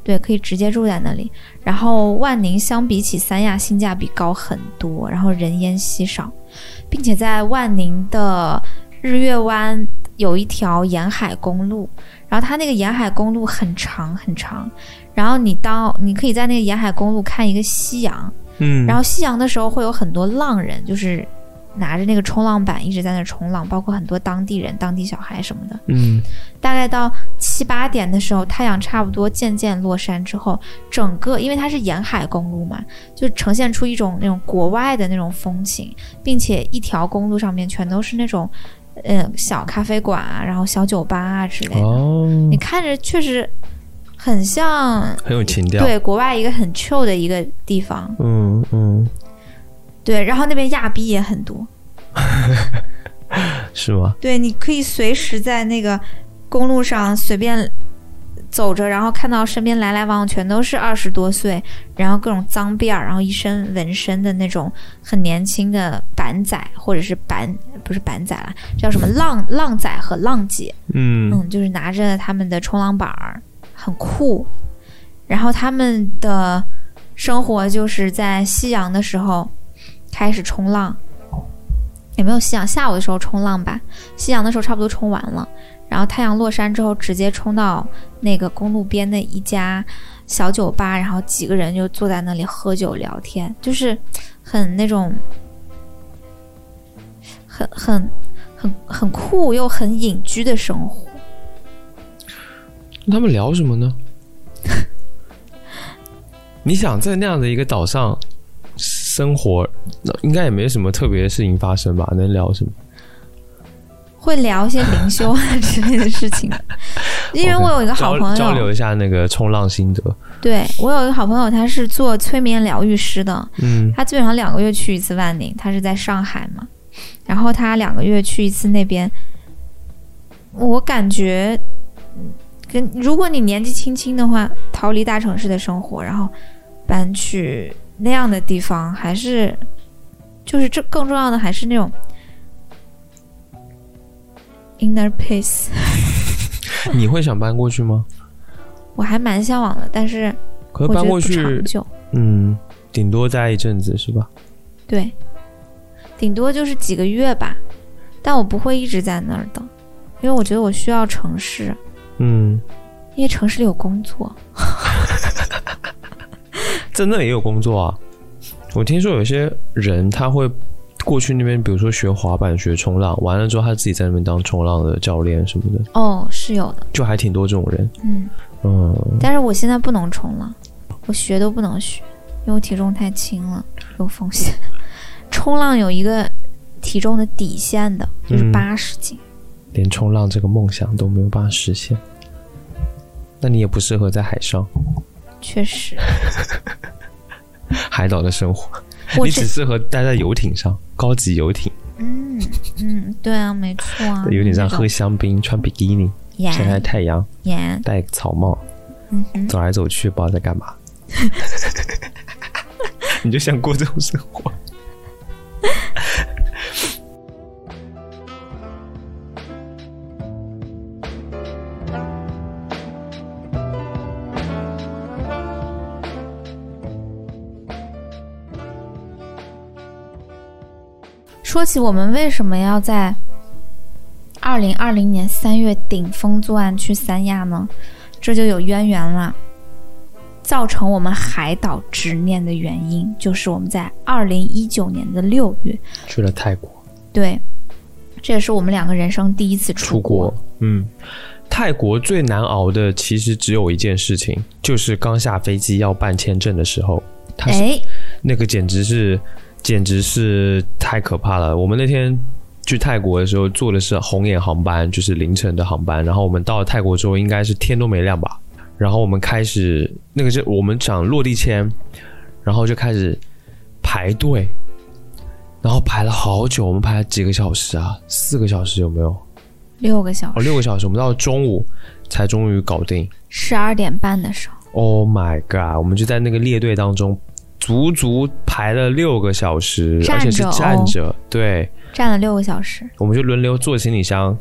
[SPEAKER 1] 对，可以直接住在那里。然后万宁相比起三亚性价比高很多，然后人烟稀少，并且在万宁的日月湾有一条沿海公路，然后它那个沿海公路很长很长，然后你当你可以在那个沿海公路看一个夕阳，
[SPEAKER 2] 嗯，
[SPEAKER 1] 然后夕阳的时候会有很多浪人，就是拿着那个冲浪板一直在那冲浪，包括很多当地人、当地小孩什么的。
[SPEAKER 2] 嗯
[SPEAKER 1] 大概到七八点的时候，太阳差不多渐渐落山之后，整个因为它是沿海公路嘛，就呈现出一种那种国外的那种风情，并且一条公路上面全都是那种，呃嗯，小咖啡馆啊，然后小酒吧啊之类的，
[SPEAKER 2] 哦
[SPEAKER 1] 你看着确实很像
[SPEAKER 2] 很有情调。
[SPEAKER 1] 对国外一个很 chill 的一个地方。
[SPEAKER 2] 嗯嗯，
[SPEAKER 1] 对，然后那边亚逼也很多。
[SPEAKER 2] 是吗？
[SPEAKER 1] 对，你可以随时在那个公路上随便走着，然后看到身边来来往往全都是二十多岁，然后各种脏辫儿，然后一身纹身的那种很年轻的板仔，或者是板不是板仔啦，叫什么浪浪仔和浪姐，
[SPEAKER 2] 嗯
[SPEAKER 1] 嗯，就是拿着他们的冲浪板儿，很酷。然后他们的生活就是在夕阳的时候开始冲浪，也没有夕阳，下午的时候冲浪吧。夕阳的时候差不多冲完了，然后太阳落山之后，直接冲到那个公路边的一家小酒吧，然后几个人就坐在那里喝酒聊天，就是很那种，很很很很酷又很隐居的生活。
[SPEAKER 2] 他们聊什 么呢？你想在那样的一个岛上生活，那应该也没什么特别的事情发生吧？能聊什么？
[SPEAKER 1] 会聊一些灵修 啊之类的事情，因为我有一个好
[SPEAKER 2] 交
[SPEAKER 1] 朋
[SPEAKER 2] 交
[SPEAKER 1] 友，
[SPEAKER 2] 流一下那个冲浪心得。
[SPEAKER 1] 对我有一个好朋友，他是做催眠疗愈师的，
[SPEAKER 2] 嗯
[SPEAKER 1] 他基本上两个月去一次万宁，他是在上海嘛，然后他两个月去一次那边，我感觉，嗯跟如果你年纪轻轻的话，逃离大城市的生活，然后搬去那样的地方，还是就是这更重要的还是那种 inner peace，
[SPEAKER 2] 你会想搬过去吗？
[SPEAKER 1] 我还蛮向往的，但是
[SPEAKER 2] 可
[SPEAKER 1] 我觉
[SPEAKER 2] 是搬
[SPEAKER 1] 得
[SPEAKER 2] 过
[SPEAKER 1] 不
[SPEAKER 2] 去
[SPEAKER 1] 长，久，
[SPEAKER 2] 嗯，顶多待一阵子是吧？
[SPEAKER 1] 对，顶多就是几个月吧，但我不会一直在那儿的，因为我觉得我需要城市，
[SPEAKER 2] 嗯，
[SPEAKER 1] 因为城市里有工作。
[SPEAKER 2] 在那里也有工作啊。我听说有些人他会过去那边，比如说学滑板、学冲浪，完了之后他自己在那边当冲浪的教练什么的，
[SPEAKER 1] 哦，是有的，
[SPEAKER 2] 就还挺多这种人。
[SPEAKER 1] 嗯，
[SPEAKER 2] 嗯，
[SPEAKER 1] 但是我现在不能冲了，我学都不能学，因为我体重太轻了，有风险。 冲浪有一个体重的底线的，就是
[SPEAKER 2] 嗯
[SPEAKER 1] 八十斤。
[SPEAKER 2] 连冲浪这个梦想都没有办法实现，那你也不适合在海上、
[SPEAKER 1] 确实，
[SPEAKER 2] 海岛的生活，
[SPEAKER 1] 我
[SPEAKER 2] 你
[SPEAKER 1] 这
[SPEAKER 2] 只适合待在游艇上，高级游艇，
[SPEAKER 1] 嗯嗯，对啊，没错啊，
[SPEAKER 2] 在游艇上
[SPEAKER 1] 那种
[SPEAKER 2] 喝香槟、穿比基尼、晒晒
[SPEAKER 1] 盐
[SPEAKER 2] 太阳、
[SPEAKER 1] 盐，
[SPEAKER 2] 戴个草帽，
[SPEAKER 1] 嗯哼。
[SPEAKER 2] 走来走去，不知道在 干嘛。你就想过这种生活？
[SPEAKER 1] 说起我们为什么要在二零二零年三月顶风作案去三亚呢？这就有渊源了。造成我们海岛执念的原因，就是我们在二零一九年的六月，
[SPEAKER 2] 去了泰国，
[SPEAKER 1] 对，这也是我们两个人生第一次
[SPEAKER 2] 出
[SPEAKER 1] 出
[SPEAKER 2] 国。嗯，泰国最难熬的其实只有一件事情，就是刚下飞机要办签证的时候，它是
[SPEAKER 1] 哎，
[SPEAKER 2] 那个简直是，简直是太可怕了。我们那天去泰国的时候坐的是红眼航班，就是凌晨的航班。然后我们到了泰国之后，应该是天都没亮吧。然后我们开始那个是我们讲落地签，然后就开始排队，然后排了好久，我们排了几个小时啊，四个小时有没有？
[SPEAKER 1] 六个小
[SPEAKER 2] 哦，
[SPEAKER 1] 时，
[SPEAKER 2] 六个小时。我们到中午才终于搞定。
[SPEAKER 1] 十二点半的时候，
[SPEAKER 2] Oh my god！我们就在那个列队当中，足足排了六个小时，
[SPEAKER 1] 站
[SPEAKER 2] 而
[SPEAKER 1] 着哦
[SPEAKER 2] 且是站着。对，
[SPEAKER 1] 站了六个小时，
[SPEAKER 2] 我们就轮流坐行李箱，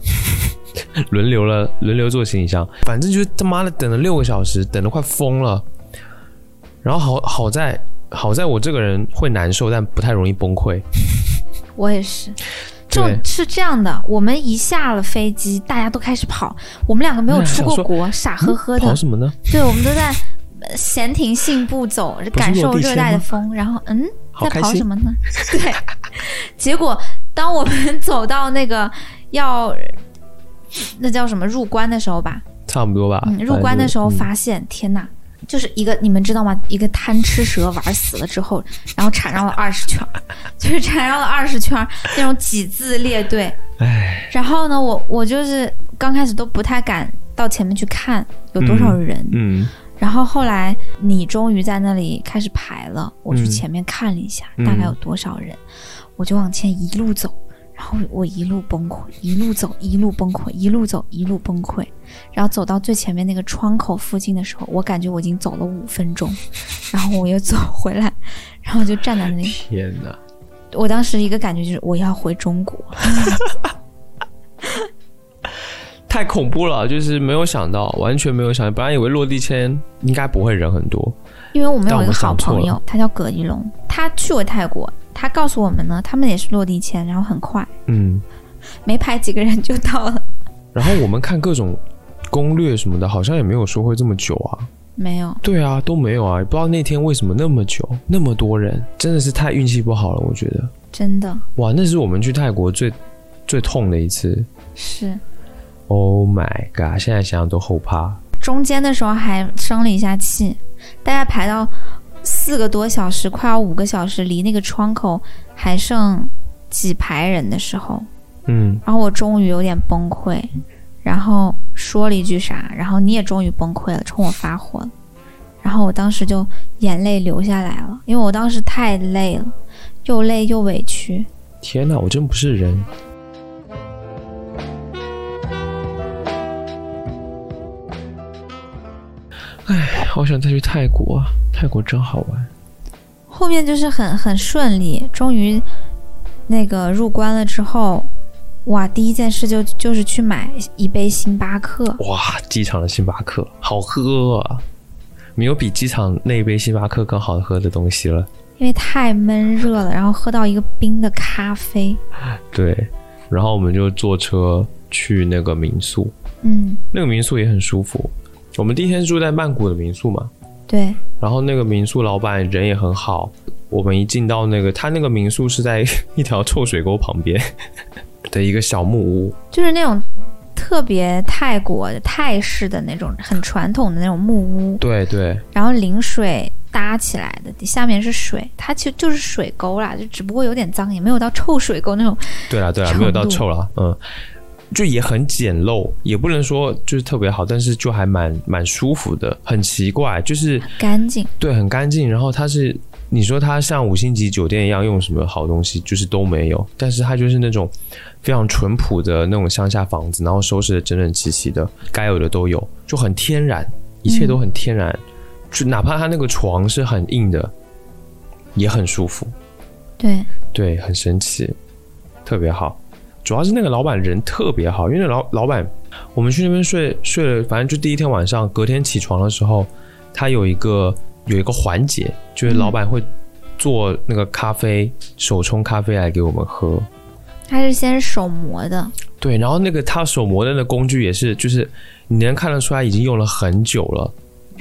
[SPEAKER 2] 轮流了，轮流坐行李箱。反正就是他妈的等了六个小时，等的快疯了。然后好好在好在我这个人会难受，但不太容易崩溃。
[SPEAKER 1] 我也是。就
[SPEAKER 2] 对
[SPEAKER 1] 是这样的，我们一下了飞机，大家都开始跑。我们两个没有
[SPEAKER 2] 对
[SPEAKER 1] 出
[SPEAKER 2] 想
[SPEAKER 1] 过
[SPEAKER 2] 说嗯
[SPEAKER 1] 国，傻呵呵的。
[SPEAKER 2] 跑什么呢？
[SPEAKER 1] 对，我们都在呃闲庭信步走，感受热带的风。然后，嗯，
[SPEAKER 2] 好
[SPEAKER 1] 在
[SPEAKER 2] 开
[SPEAKER 1] 跑
[SPEAKER 2] 心
[SPEAKER 1] 什么呢？ 对，结果当我们走到那个要那叫什么入关的时候吧，
[SPEAKER 2] 差不多吧。
[SPEAKER 1] 嗯，入关的时候
[SPEAKER 2] 反正
[SPEAKER 1] 发现，天呐，就是一个你们知道吗？一个贪吃蛇玩死了之后，然后缠绕了二十圈儿，就是缠绕了二十圈儿那种几字列队。
[SPEAKER 2] 就，哎，
[SPEAKER 1] 然后呢，我我就是刚开始都不太敢到前面去看有多少人。
[SPEAKER 2] 嗯
[SPEAKER 1] 然后后来你终于在那里开始排了，我去前面看了一下、
[SPEAKER 2] 嗯
[SPEAKER 1] 大概有多少人，我就往前一路走，然后我一路崩溃，一路走一路崩溃，一路走一路崩溃，然后走到最前面那个窗口附近的时候，我感觉我已经走了五分 钟，然后我又走回来，然后我就站在那里，
[SPEAKER 2] 天哪！
[SPEAKER 1] 我当时一个感觉就是我要回中国，
[SPEAKER 2] 太恐怖了，就是没有想到，完全没有想到。本来以为落地签应该不会人很多，
[SPEAKER 1] 因为我们有一个好
[SPEAKER 2] 但我
[SPEAKER 1] 朋
[SPEAKER 2] 们想错
[SPEAKER 1] 友，他叫葛一龙，他去过泰国，他告诉我们呢，他们也是落地签，然后很快。
[SPEAKER 2] 嗯。
[SPEAKER 1] 没排几个人就到了。
[SPEAKER 2] 然后我们看各种攻略什么的，好像也没有说会这么久啊。
[SPEAKER 1] 没有，
[SPEAKER 2] 对啊，都没有啊，也不知道那天为什么那么久，那么多人，真的是太运气不好了。我觉得，
[SPEAKER 1] 真的
[SPEAKER 2] 哇，那是我们去泰国最最痛的一次。
[SPEAKER 1] 是
[SPEAKER 2] Oh my god！现在想想都后怕。
[SPEAKER 1] 中间的时候还生了一下气，大概排到四个多小时，快要五个小时，离那个窗口还剩几排人的时候，
[SPEAKER 2] 嗯，
[SPEAKER 1] 然后我终于有点崩溃，然后说了一句啥，然后你也终于崩溃了，冲我发火了，然后我当时就眼泪流下来了，因为我当时太累了，又累又委屈，
[SPEAKER 2] 天哪，我真不是人。哎，好想再去泰国啊！泰国真好玩。
[SPEAKER 1] 后面就是很很顺利，终于那个入关了之后，哇，第一件事就就是去买一杯星巴克，
[SPEAKER 2] 哇，机场的星巴克好喝啊！没有比机场那一杯星巴克更好喝的东西了。
[SPEAKER 1] 因为太闷热了，然后喝到一个冰的咖啡，
[SPEAKER 2] 对，然后我们就坐车去那个民宿，
[SPEAKER 1] 嗯，
[SPEAKER 2] 那个民宿也很舒服。我们第一天住在曼谷的民宿嘛，
[SPEAKER 1] 对，
[SPEAKER 2] 然后那个民宿老板人也很好。我们一进到那个他那个民宿是在 一条臭水沟旁边的一个小木屋，
[SPEAKER 1] 就是那种特别泰国的泰式的那种很传统的那种木屋，
[SPEAKER 2] 对对，
[SPEAKER 1] 然后临水搭起来的，下面是水，它其实就是水沟啦，就只不过有点脏，也没有到臭水沟那种，
[SPEAKER 2] 对啊啦，对啦，
[SPEAKER 1] 程
[SPEAKER 2] 没有到
[SPEAKER 1] 度
[SPEAKER 2] 臭啦，嗯，就也很简陋，也不能说就是特别好，但是就还蛮蛮舒服的，很奇怪，就是
[SPEAKER 1] 干净，
[SPEAKER 2] 对，很干净。然后它是你说它像五星级酒店一样用什么好东西，就是都没有，但是它就是那种非常淳朴的那种乡下房子，然后收拾的整整齐齐的，该有的都有，就很天然，一切都很天然，就哪怕它那个床是很硬的，也很舒服。
[SPEAKER 1] 对，
[SPEAKER 2] 对，很神奇，特别好。主要是那个老板人特别好，因为那老老板，我们去那边睡睡了，反正就第一天晚上，隔天起床的时候，他有一个有一个环节，就是老板会做那个咖啡，手冲咖啡来给我们喝。
[SPEAKER 1] 它是先是手磨的，
[SPEAKER 2] 对，然后那个他手磨的那个工具也是，就是你能看得出来已经用了很久了，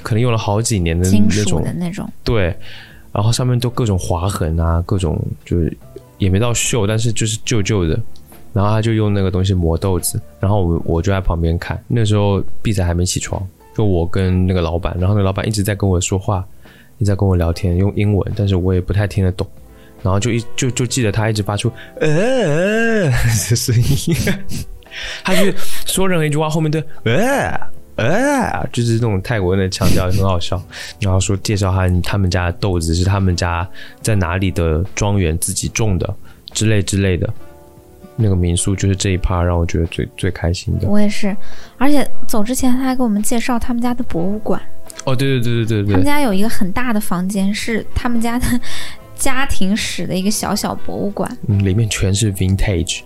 [SPEAKER 2] 可能用了好几年的
[SPEAKER 1] 金
[SPEAKER 2] 嗯那
[SPEAKER 1] 属
[SPEAKER 2] 种
[SPEAKER 1] 的那种，
[SPEAKER 2] 对，然后上面都各种划痕啊，各种就是也没到锈，但是就是旧旧的。然后他就用那个东西磨豆子，然后我我就在旁边看。那时候碧仔还没起床，就我跟那个老板，然后那个老板一直在跟我说话，一直在跟我聊天，用英文，但是我也不太听得懂。然后就一就就记得他一直发出呃呃的声音， 他就说任何一句话后面都呃呃，就是那种泰国人的腔调，很好笑。然后说介绍他他们家的豆子是他们家在哪里的庄园自己种的之类之类的。那个民宿就是这一趴让我觉得最最开心的。
[SPEAKER 1] 我也是。而且走之前，他还给我们介绍他们家的博物馆。
[SPEAKER 2] 哦，对对对对
[SPEAKER 1] 他
[SPEAKER 2] 对
[SPEAKER 1] 们
[SPEAKER 2] 对，
[SPEAKER 1] 家有一个很大的房间，是他们家的 家庭史的一个小小博物馆，
[SPEAKER 2] 嗯，里面全是 vintage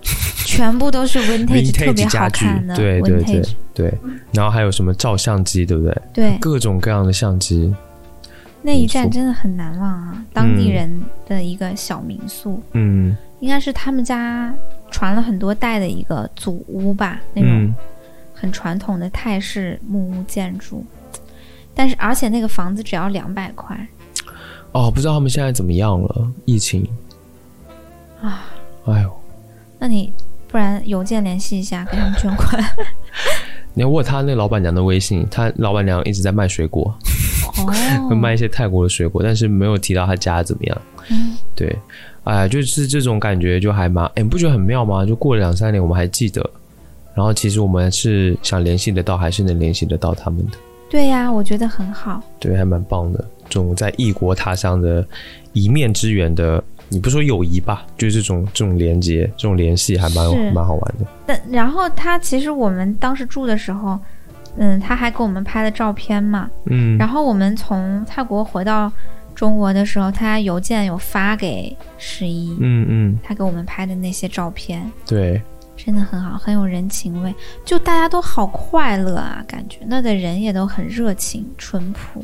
[SPEAKER 1] 全部都是 vintage 特别
[SPEAKER 2] vintage
[SPEAKER 1] 好
[SPEAKER 2] 家具
[SPEAKER 1] 看，的
[SPEAKER 2] 对对对
[SPEAKER 1] vintage。
[SPEAKER 2] 对。然后还有什么照相机，对不对？
[SPEAKER 1] 对，
[SPEAKER 2] 各种各样的相机，
[SPEAKER 1] 那一站
[SPEAKER 2] 民宿
[SPEAKER 1] 真的很难忘啊！当地人的一个小民宿，
[SPEAKER 2] 嗯
[SPEAKER 1] 应该是他们家传了很多代的一个祖屋吧，那种
[SPEAKER 2] 嗯，
[SPEAKER 1] 很传统的泰式木屋建筑。但是，而且那个房子只要两百块，
[SPEAKER 2] 哦，不知道他们现在怎么样了？疫情
[SPEAKER 1] 啊，
[SPEAKER 2] 哎呦，
[SPEAKER 1] 那你不然邮件联系一下，给他们捐款。
[SPEAKER 2] 你要问他那老板娘的微信，他老板娘一直在卖水果，会
[SPEAKER 1] 哦，
[SPEAKER 2] 卖一些泰国的水果，但是没有提到他家怎么样。
[SPEAKER 1] 嗯
[SPEAKER 2] 对，哎、就是这种感觉就还蛮，哎、你不觉得很妙吗？就过了两三年，我们还记得，然后其实我们是想联系得到，还是能联系得到他们的，
[SPEAKER 1] 对呀、我觉得很好。
[SPEAKER 2] 对，还蛮棒的。这种在异国他乡的一面之缘的，你不说友谊吧，就是这种这种连接、这种联系，还蛮
[SPEAKER 1] 是
[SPEAKER 2] 蛮好玩的。
[SPEAKER 1] 但然后他其实我们当时住的时候，嗯，他还给我们拍了照片嘛。
[SPEAKER 2] 嗯，
[SPEAKER 1] 然后我们从泰国回到中国的时候，他邮件有发给十一，
[SPEAKER 2] 嗯嗯，
[SPEAKER 1] 他给我们拍的那些照片
[SPEAKER 2] 对，
[SPEAKER 1] 真的很好，很有人情味，就大家都好快乐啊，感觉那的人也都很热情淳朴。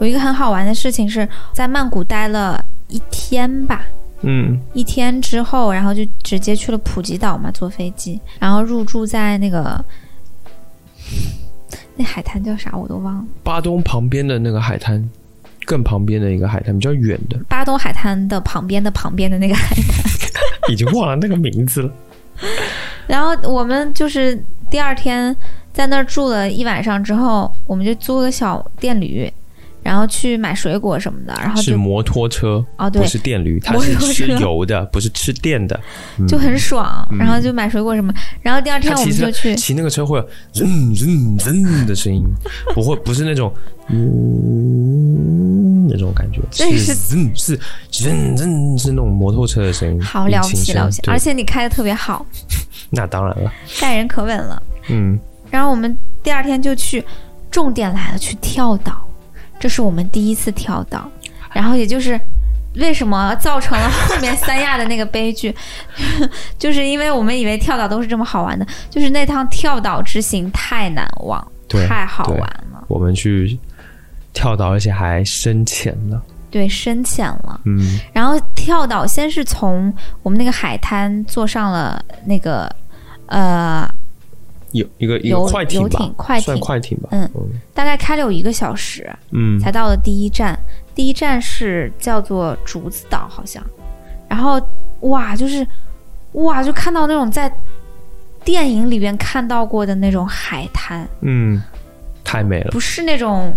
[SPEAKER 1] 有一个很好玩的事情是在曼谷待了一天吧，
[SPEAKER 2] 嗯
[SPEAKER 1] 一天之后，然后就直接去了普吉岛嘛，坐飞机，然后入住在那个那海滩叫啥我都忘了，
[SPEAKER 2] 巴东旁边的那个海滩，更旁边的一个海滩，比较远的，
[SPEAKER 1] 巴东海滩的旁边的旁边的那个海滩。
[SPEAKER 2] 已经忘了那个名字了。
[SPEAKER 1] 然后我们就是第二天在那儿住了一晚上之后，我们就租个小电驴，然后去买水果什么的，然后
[SPEAKER 2] 是
[SPEAKER 1] 就
[SPEAKER 2] 摩托车，
[SPEAKER 1] 哦啊对
[SPEAKER 2] 不，是电驴，它
[SPEAKER 1] 摩
[SPEAKER 2] 是
[SPEAKER 1] 托车
[SPEAKER 2] 吃油的，不是吃电的，嗯
[SPEAKER 1] 就很爽，
[SPEAKER 2] 嗯
[SPEAKER 1] 然后就买水果什么，然后第二天
[SPEAKER 2] 他
[SPEAKER 1] 我
[SPEAKER 2] 骑
[SPEAKER 1] 们就
[SPEAKER 2] 车
[SPEAKER 1] 去，
[SPEAKER 2] 骑那个车会有噌噌噌的 声音，不会不是那种嗯那种感觉，
[SPEAKER 1] 对
[SPEAKER 2] 是噌是噌噌是那种摩托车的声音，
[SPEAKER 1] 好了不起了不起，而
[SPEAKER 2] 且
[SPEAKER 1] 且你开的特别好，
[SPEAKER 2] 那当然了，
[SPEAKER 1] 待人可稳了。
[SPEAKER 2] 嗯，
[SPEAKER 1] 然后我们第二天就去，重点来了，去跳岛，这是我们第一次跳岛，然后也就是。为什么造成了后面三亚的那个悲剧？ 就是因为我们以为跳岛都是这么好玩的，就是那趟跳岛之行太难忘，
[SPEAKER 2] 对
[SPEAKER 1] 太好玩了，
[SPEAKER 2] 我们去跳岛，而且还深潜了，
[SPEAKER 1] 对，深潜了。
[SPEAKER 2] 嗯，
[SPEAKER 1] 然后跳岛先是从我们那个海滩坐上了那个呃，
[SPEAKER 2] 有一个一个
[SPEAKER 1] 游
[SPEAKER 2] 快艇
[SPEAKER 1] 游
[SPEAKER 2] 吧
[SPEAKER 1] 艇，快艇
[SPEAKER 2] 算快艇吧，
[SPEAKER 1] 嗯大概开了有一个小时，
[SPEAKER 2] 嗯
[SPEAKER 1] 才到了第一站，第一站是叫做竹子岛，好像。然后哇，就是哇，就看到那种在电影里边看到过的那种海滩，
[SPEAKER 2] 嗯，太美了，
[SPEAKER 1] 不是那种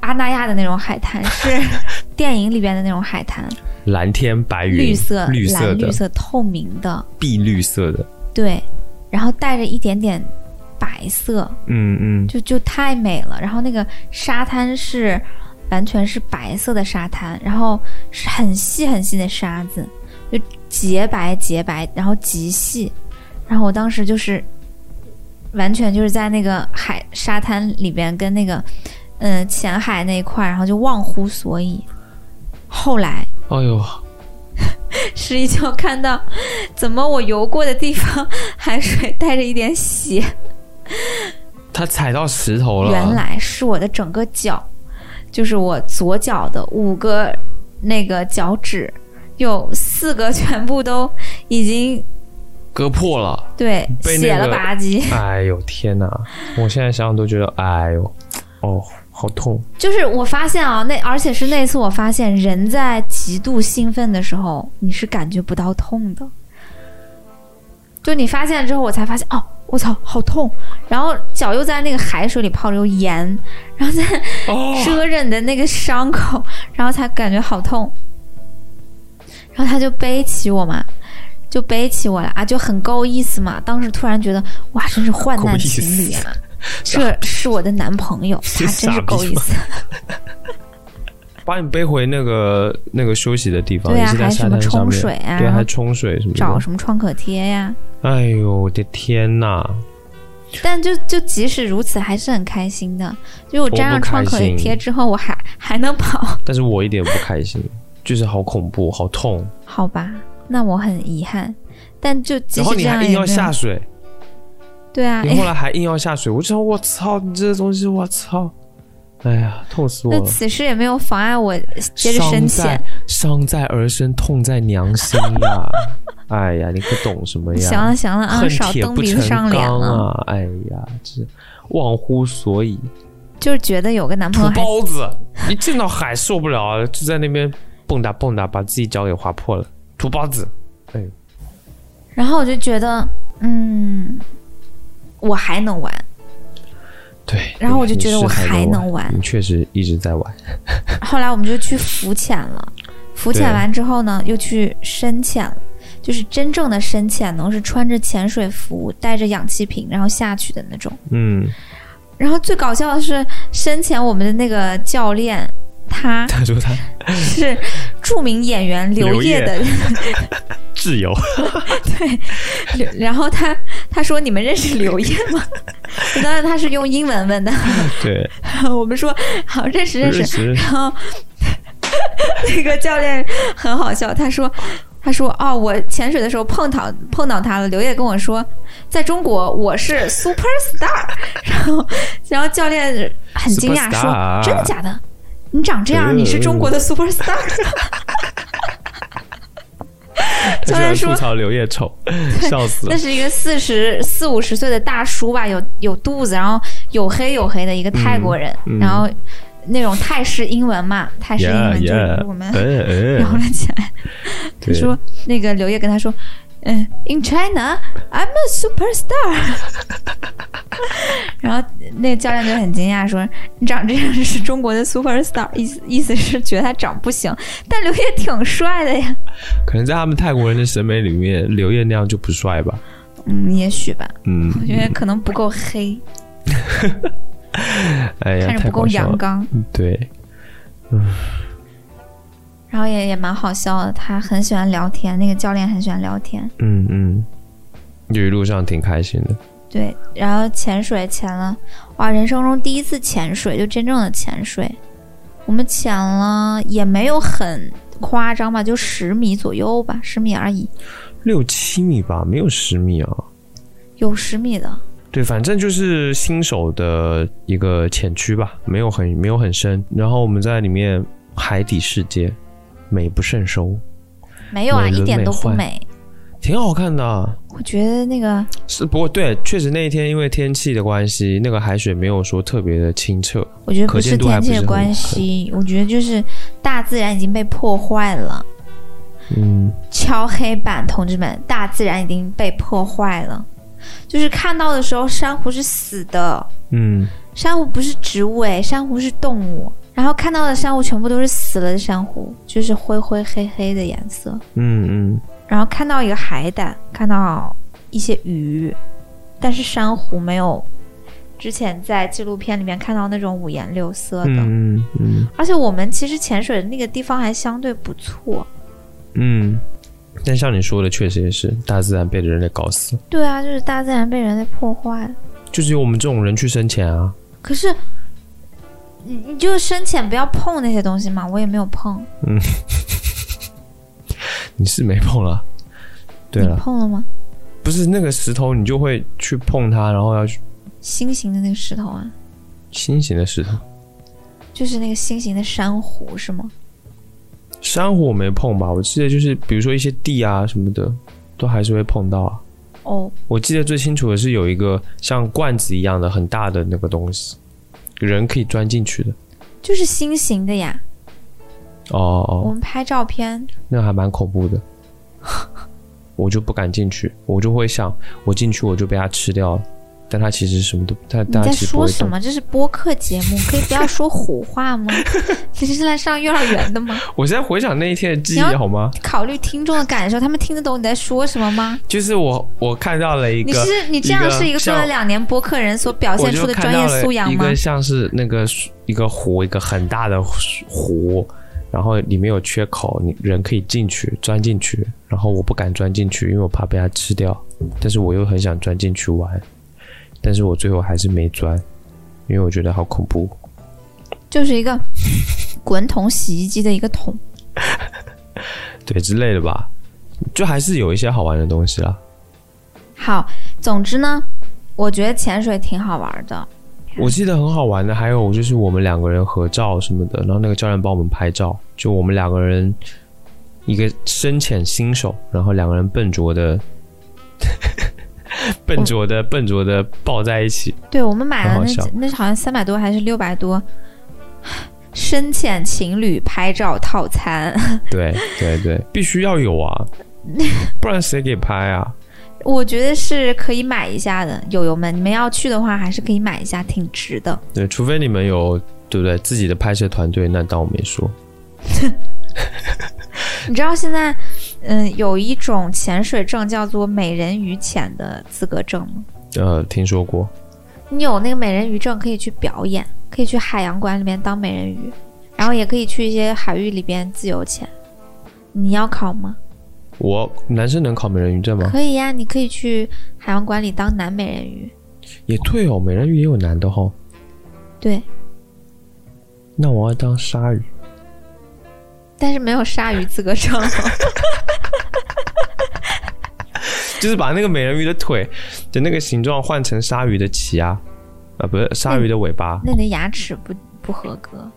[SPEAKER 1] 阿那亚的那种海滩，是 电影里边的那种海滩，
[SPEAKER 2] 蓝天白云，
[SPEAKER 1] 绿色、
[SPEAKER 2] 绿色
[SPEAKER 1] 蓝
[SPEAKER 2] 的
[SPEAKER 1] 绿色、透明的，
[SPEAKER 2] 碧绿色的，
[SPEAKER 1] 对，然后带着一点点白色，
[SPEAKER 2] 嗯嗯，
[SPEAKER 1] 就就太美了。然后那个沙滩是完全是白色的沙滩，然后是很细很细的沙子，就洁白洁白，然后极细。然后我当时就是完全就是在那个海沙滩里边跟那个嗯浅海那一块儿，然后就忘乎所以。后来
[SPEAKER 2] 哎呦，
[SPEAKER 1] 十一就看到，怎么我游过的地方 海水带着一点血。
[SPEAKER 2] 他踩到石头了，啊
[SPEAKER 1] 原来是我的整个脚，就是我左脚的五个那个脚趾，有四个全部都已经
[SPEAKER 2] 割破了。
[SPEAKER 1] 对
[SPEAKER 2] 被那
[SPEAKER 1] 血了
[SPEAKER 2] 个
[SPEAKER 1] 吧唧。
[SPEAKER 2] 哎呦天哪！我现在想想都觉得，哎呦，哦，好痛。
[SPEAKER 1] 就是我发现啊，那而且是那次我发现，人在极度兴奋的时候，你是感觉不到痛的。就你发现之后，我才发现哦，我操，好痛！然后脚又在那个海水里泡着有盐，然后在
[SPEAKER 2] 哦
[SPEAKER 1] 遮着你的那个伤口，然后才感觉好痛。然后他就背起我嘛，就背起我了啊，就很够意思嘛。当时突然觉得，哇，真是患难情侣 啊！这是我的男朋友，他真是够意思。
[SPEAKER 2] 把你背回那个那个休息的地方，
[SPEAKER 1] 对啊
[SPEAKER 2] 也是在沙
[SPEAKER 1] 还
[SPEAKER 2] 滩上面，
[SPEAKER 1] 什么冲水啊
[SPEAKER 2] 对，还冲水什么
[SPEAKER 1] 找
[SPEAKER 2] 的。
[SPEAKER 1] 什么创可贴呀？
[SPEAKER 2] 哎呦，我的天哪！
[SPEAKER 1] 但就就即使如此，还是很开心的。就我粘
[SPEAKER 2] 我
[SPEAKER 1] 上
[SPEAKER 2] 不开
[SPEAKER 1] 创可
[SPEAKER 2] 心
[SPEAKER 1] 贴之后，我还还能跑，
[SPEAKER 2] 但是我一点不开心，就是好恐怖，好痛。
[SPEAKER 1] 好吧？那我很遗憾，但就即
[SPEAKER 2] 然
[SPEAKER 1] 使
[SPEAKER 2] 后
[SPEAKER 1] 这
[SPEAKER 2] 你
[SPEAKER 1] 样
[SPEAKER 2] 还
[SPEAKER 1] 也
[SPEAKER 2] 硬
[SPEAKER 1] 没
[SPEAKER 2] 要
[SPEAKER 1] 有
[SPEAKER 2] 下水，
[SPEAKER 1] 对啊，
[SPEAKER 2] 你后来还硬要下水，我就想，我操，你这东西，我操！哎呀，痛死我
[SPEAKER 1] 那
[SPEAKER 2] 了！
[SPEAKER 1] 此事也没有妨碍我接着深
[SPEAKER 2] 伤
[SPEAKER 1] 潜
[SPEAKER 2] 在。伤在儿身，痛在娘心呀！ 哎呀，你可懂什么呀？
[SPEAKER 1] 行了行了啊，
[SPEAKER 2] 恨
[SPEAKER 1] 少
[SPEAKER 2] 铁
[SPEAKER 1] 蹬
[SPEAKER 2] 不
[SPEAKER 1] 鼻子上
[SPEAKER 2] 成
[SPEAKER 1] 脸
[SPEAKER 2] 钢
[SPEAKER 1] 了，
[SPEAKER 2] 啊！哎呀，这忘乎所以。
[SPEAKER 1] 就是觉得有个男
[SPEAKER 2] 土
[SPEAKER 1] 朋友还
[SPEAKER 2] 包子， 一见到海受不了啊，就在那边蹦跶蹦跶，把自己脚给划破了。土包子，哎
[SPEAKER 1] 然后我就觉得，嗯，我还能玩，
[SPEAKER 2] 对。
[SPEAKER 1] 然后我就觉得我
[SPEAKER 2] 你是
[SPEAKER 1] 还
[SPEAKER 2] 还
[SPEAKER 1] 能玩
[SPEAKER 2] 玩，你确实一直在玩。
[SPEAKER 1] 后来我们就去浮潜了。浮潜完之后呢，又去深潜了，就是真正的深潜能是穿着潜水服，带着氧气瓶，然后下去的那种。
[SPEAKER 2] 嗯，
[SPEAKER 1] 然后最搞笑的是，深潜我们的那个教练，他
[SPEAKER 2] 他说他
[SPEAKER 1] 是著名演员刘烨的，
[SPEAKER 2] 自由，
[SPEAKER 1] 刘 然后他他说你们认识刘烨吗？ 当然他是用英文问的，
[SPEAKER 2] 对，
[SPEAKER 1] 我们说好认识认识
[SPEAKER 2] 认， 识
[SPEAKER 1] 然后那个教练很好笑，他说。他说：“哦，我潜水的时候碰到碰到他了。”刘烨跟我说，在中国我是 super star。然 后，然后教练很惊讶说
[SPEAKER 2] Superstar：“
[SPEAKER 1] 真的假的？你长这样，你是中国的 super star？” 教
[SPEAKER 2] 他居然
[SPEAKER 1] 练
[SPEAKER 2] 吐
[SPEAKER 1] 说
[SPEAKER 2] 槽刘烨 丑，笑死
[SPEAKER 1] 那
[SPEAKER 2] 了。
[SPEAKER 1] 是一个四十四五十岁的大叔吧，有有肚子，然后黝黑黝黑的一个泰国人，
[SPEAKER 2] 嗯嗯
[SPEAKER 1] 然后那种泰式英文嘛，泰式英
[SPEAKER 2] Yeah
[SPEAKER 1] 文就是我
[SPEAKER 2] yeah，
[SPEAKER 1] 们
[SPEAKER 2] 嗯
[SPEAKER 1] 聊
[SPEAKER 2] 嗯，
[SPEAKER 1] 了起来。他
[SPEAKER 2] 对，
[SPEAKER 1] 说那个刘烨跟他说，嗯，In China I'm a superstar。然后那教练就很惊讶说：“你长这样是中国的 superstar，意思意思是觉得他长不行，但刘烨挺帅的呀。
[SPEAKER 2] 可能在他们泰国人的审美里面，刘烨那样就不帅吧？”
[SPEAKER 1] 嗯，也许吧，
[SPEAKER 2] 嗯，
[SPEAKER 1] 我觉得可能不够黑，
[SPEAKER 2] 哎呀，
[SPEAKER 1] 看着
[SPEAKER 2] 太
[SPEAKER 1] 不够
[SPEAKER 2] 搞笑
[SPEAKER 1] 阳
[SPEAKER 2] 了。
[SPEAKER 1] 刚。
[SPEAKER 2] 对，
[SPEAKER 1] 然后也也蛮好笑的，他很喜欢聊天，那个教练很喜欢聊天。
[SPEAKER 2] 嗯嗯，就一路上挺开心的。
[SPEAKER 1] 对，然后潜水潜了，哇，人生中第一次潜水，就真正的潜水。我们潜了也没有很夸张吧，就十米左右吧，十米而已，
[SPEAKER 2] 六七米吧，没有十米啊。
[SPEAKER 1] 有十米的。
[SPEAKER 2] 对，反正就是新手的一个浅区吧，没有很没有很深。然后我们在里面海底世界，美不胜收，
[SPEAKER 1] 没有啊，
[SPEAKER 2] 美轮
[SPEAKER 1] 一点都不
[SPEAKER 2] 美奂
[SPEAKER 1] 美。
[SPEAKER 2] 挺好看的啊、
[SPEAKER 1] 我觉得那个
[SPEAKER 2] 是不过对，确实那一天因为天气的关系，那个海水没有说特别的清澈。
[SPEAKER 1] 我觉得
[SPEAKER 2] 可
[SPEAKER 1] 不是
[SPEAKER 2] 见度还
[SPEAKER 1] 天气
[SPEAKER 2] 不是
[SPEAKER 1] 的
[SPEAKER 2] 很
[SPEAKER 1] 关
[SPEAKER 2] 可
[SPEAKER 1] 系，我觉得就是大自然已经被破坏了。
[SPEAKER 2] 嗯，
[SPEAKER 1] 敲黑板，同志们，大自然已经被破坏了。就是看到的时候，珊瑚是死的，
[SPEAKER 2] 嗯，
[SPEAKER 1] 珊瑚不是植物诶，珊瑚是动物。然后看到的珊瑚全部都是死了的珊瑚，就是灰灰黑黑的颜色。
[SPEAKER 2] 嗯嗯，
[SPEAKER 1] 然后看到一个海胆，看到一些鱼，但是珊瑚没有之前在纪录片里面看到那种五颜六色的。
[SPEAKER 2] 嗯嗯嗯
[SPEAKER 1] 而且我们其实潜水的那个地方还相对不错。
[SPEAKER 2] 嗯。但像你说的，确实也是大自然被人类搞死，
[SPEAKER 1] 对啊，就是大自然被人类破坏了。
[SPEAKER 2] 就是有我们这种人去深潜啊。
[SPEAKER 1] 可是你你就深潜不要碰那些东西嘛，我也没有碰。
[SPEAKER 2] 你是没碰了， 对啊
[SPEAKER 1] 你
[SPEAKER 2] 了，
[SPEAKER 1] 碰了吗？
[SPEAKER 2] 不是那个石头，你就会去碰它，然后要去
[SPEAKER 1] 心形的那个石头啊，
[SPEAKER 2] 新型的石头。
[SPEAKER 1] 就是那个心形的珊瑚是吗？
[SPEAKER 2] 珊瑚我没碰吧，我记得就是比如说一些地啊什么的，都还是会碰到啊。
[SPEAKER 1] 哦，
[SPEAKER 2] 我记得最清楚的是有一个像罐子一样的很大的那个东西，人可以钻进去的。
[SPEAKER 1] 就是心形的呀。
[SPEAKER 2] 哦
[SPEAKER 1] 我
[SPEAKER 2] 哦，
[SPEAKER 1] 们拍照片，
[SPEAKER 2] 那还蛮恐怖的， 我就不敢进去，我就会想，我进去我就被它吃掉了。但它其实什么都，它
[SPEAKER 1] 你
[SPEAKER 2] 它
[SPEAKER 1] 在
[SPEAKER 2] 其实不
[SPEAKER 1] 说
[SPEAKER 2] 会
[SPEAKER 1] 什
[SPEAKER 2] 动。
[SPEAKER 1] 么？这是播客节 目，可以不要说胡话吗？ 你是来上幼儿园的吗？
[SPEAKER 2] 我现在回想那一天的记忆
[SPEAKER 1] 你要
[SPEAKER 2] 好吗？
[SPEAKER 1] 考虑听众的感受，他们听得懂你在说什么吗？
[SPEAKER 2] 就是我我看到了一
[SPEAKER 1] 你
[SPEAKER 2] 个，
[SPEAKER 1] 是你这样是一个做了
[SPEAKER 2] 像
[SPEAKER 1] 两年播客人所表
[SPEAKER 2] 我
[SPEAKER 1] 现出
[SPEAKER 2] 就
[SPEAKER 1] 的
[SPEAKER 2] 看
[SPEAKER 1] 专
[SPEAKER 2] 到
[SPEAKER 1] 业
[SPEAKER 2] 了
[SPEAKER 1] 素养
[SPEAKER 2] 一
[SPEAKER 1] 吗
[SPEAKER 2] 个？像是那个水一个湖，一个很大的湖，然后里面有缺口，你人可以进去钻进去，然后我不敢钻进去，因为我怕被它吃掉，但是我又很想钻进去玩，但是我最后还是没钻，因为我觉得好恐怖。
[SPEAKER 1] 就是一个滚筒洗衣机的一个桶。
[SPEAKER 2] 对之类的吧，就还是有一些好玩的东西啦。
[SPEAKER 1] 好，总之呢，我觉得潜水挺好玩的。
[SPEAKER 2] 我记得很好玩的，还有就是我们两个人合照什么的，然后那个教练帮我们拍照，就我们两个人，一个深浅新手，然后两个人笨拙的，笨拙的笨拙的抱在一起，
[SPEAKER 1] 对我们买了
[SPEAKER 2] 很好
[SPEAKER 1] 那
[SPEAKER 2] 笑
[SPEAKER 1] 那好像三百多还是六百多，深潜情侣拍照套餐。
[SPEAKER 2] 对对对，必须要有啊，不然谁给拍啊？
[SPEAKER 1] 我觉得是可以买一下的，友友们，你们要去的话还是可以买一下，挺值的。
[SPEAKER 2] 对，除非你们有对不对自己的拍摄团队，那当我没说。
[SPEAKER 1] 你知道现在，嗯，有一种潜水证叫做美人鱼潜的资格证吗？
[SPEAKER 2] 呃，听说过，
[SPEAKER 1] 你有那个美人鱼证，可以去表演，可以去海洋馆里面当美人鱼，然后也可以去一些海域里边自由潜。你要考吗？
[SPEAKER 2] 我男生能考美人鱼证吗？
[SPEAKER 1] 可以呀、你可以去海洋馆里当男美人鱼。
[SPEAKER 2] 也对哦，美人鱼也有男的哦。
[SPEAKER 1] 对，
[SPEAKER 2] 那我要当鲨鱼，
[SPEAKER 1] 但是没有鲨鱼资格证。
[SPEAKER 2] 就是把那个美人鱼的腿的那个形状换成鲨鱼的鳍啊，啊，不是鲨鱼的尾巴，
[SPEAKER 1] 那你的牙齿不不合格，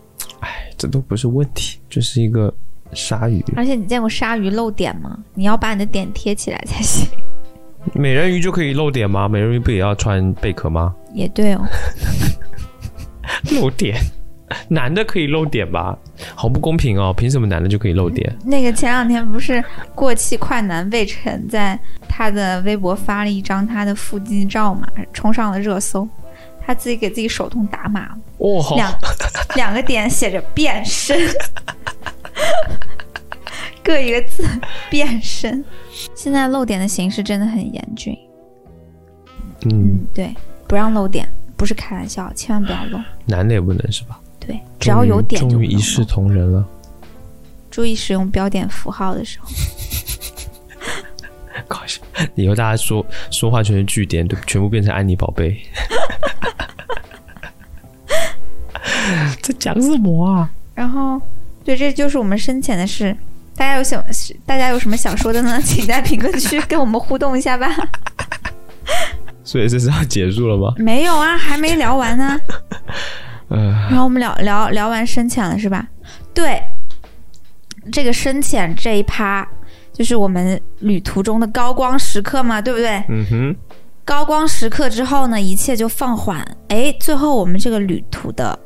[SPEAKER 2] 这都不是问题，就是一个鲨鱼。
[SPEAKER 1] 而且你见过鲨鱼露点吗？你要把你的点贴起来才行。
[SPEAKER 2] 美人鱼就可以露点吗？美人鱼不也要穿贝壳吗？
[SPEAKER 1] 也对哦，
[SPEAKER 2] 露点，男的可以露点吧？好不公平哦！凭什么男的就可以露点？
[SPEAKER 1] 那个前两天不是过气快男魏晨在他的微博发了一张他的腹肌照嘛，冲上了热搜。他自己给自己手动打码了，
[SPEAKER 2] 哦，好，
[SPEAKER 1] 两两个点写着变身， 各一个字变身。现在露点的形式真的很严峻，
[SPEAKER 2] 嗯，
[SPEAKER 1] 嗯，对，不让露点，不是开玩笑，千万不要露。
[SPEAKER 2] 男的也不能是吧？
[SPEAKER 1] 对，只要有点就
[SPEAKER 2] 终于终
[SPEAKER 1] 不
[SPEAKER 2] 于一
[SPEAKER 1] 能
[SPEAKER 2] 视
[SPEAKER 1] 露。
[SPEAKER 2] 同仁了，
[SPEAKER 1] 注意使用标点符号的时候，
[SPEAKER 2] 搞笑！ 以后大家说说话全是句点，对，全部变成安妮宝贝。 在讲什么啊？
[SPEAKER 1] 然后，对，这就是我们深浅的事。大家有想，大家有什么想说的呢？请在评论区跟我们互动一下吧。
[SPEAKER 2] 所以这是要结束了吗？
[SPEAKER 1] 没有啊，还没聊完呢。
[SPEAKER 2] 呃，
[SPEAKER 1] 然后我们聊聊聊完深浅了是吧？对，这个深浅这一趴就是我们旅途中的高光时刻嘛，对不对？
[SPEAKER 2] 嗯哼，
[SPEAKER 1] 高光时刻之后呢，一切就放缓。哎，最后我们这个旅途的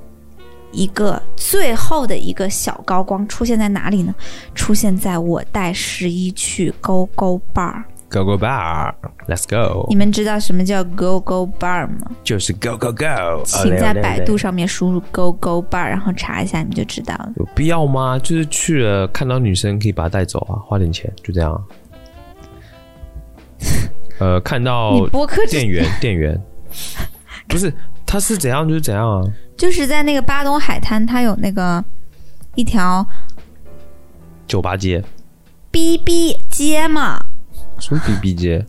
[SPEAKER 1] 一个最后的一个小高光出现在哪里呢？出现在我带十一去 Go Go Bar。
[SPEAKER 2] Go Go Bar，Let's
[SPEAKER 1] 你
[SPEAKER 2] Go，
[SPEAKER 1] 们知道什么叫 Go Go Bar 吗？
[SPEAKER 2] 就是 Go Go Go。
[SPEAKER 1] 请在百度
[SPEAKER 2] 哦。
[SPEAKER 1] 上面输入 Go Go Bar，然后查一下，你就知道了。
[SPEAKER 2] 有必要吗？就是去了看到女生可以把她带走啊，花点钱就这 样啊。呃，看
[SPEAKER 1] 你
[SPEAKER 2] 到
[SPEAKER 1] 播客之
[SPEAKER 2] 店员， 店员不是他是怎样就是怎样啊。
[SPEAKER 1] 就是在那个巴东海滩，它有那个一条
[SPEAKER 2] 酒吧街，
[SPEAKER 1] B B 街嘛，
[SPEAKER 2] 什么 BB 街？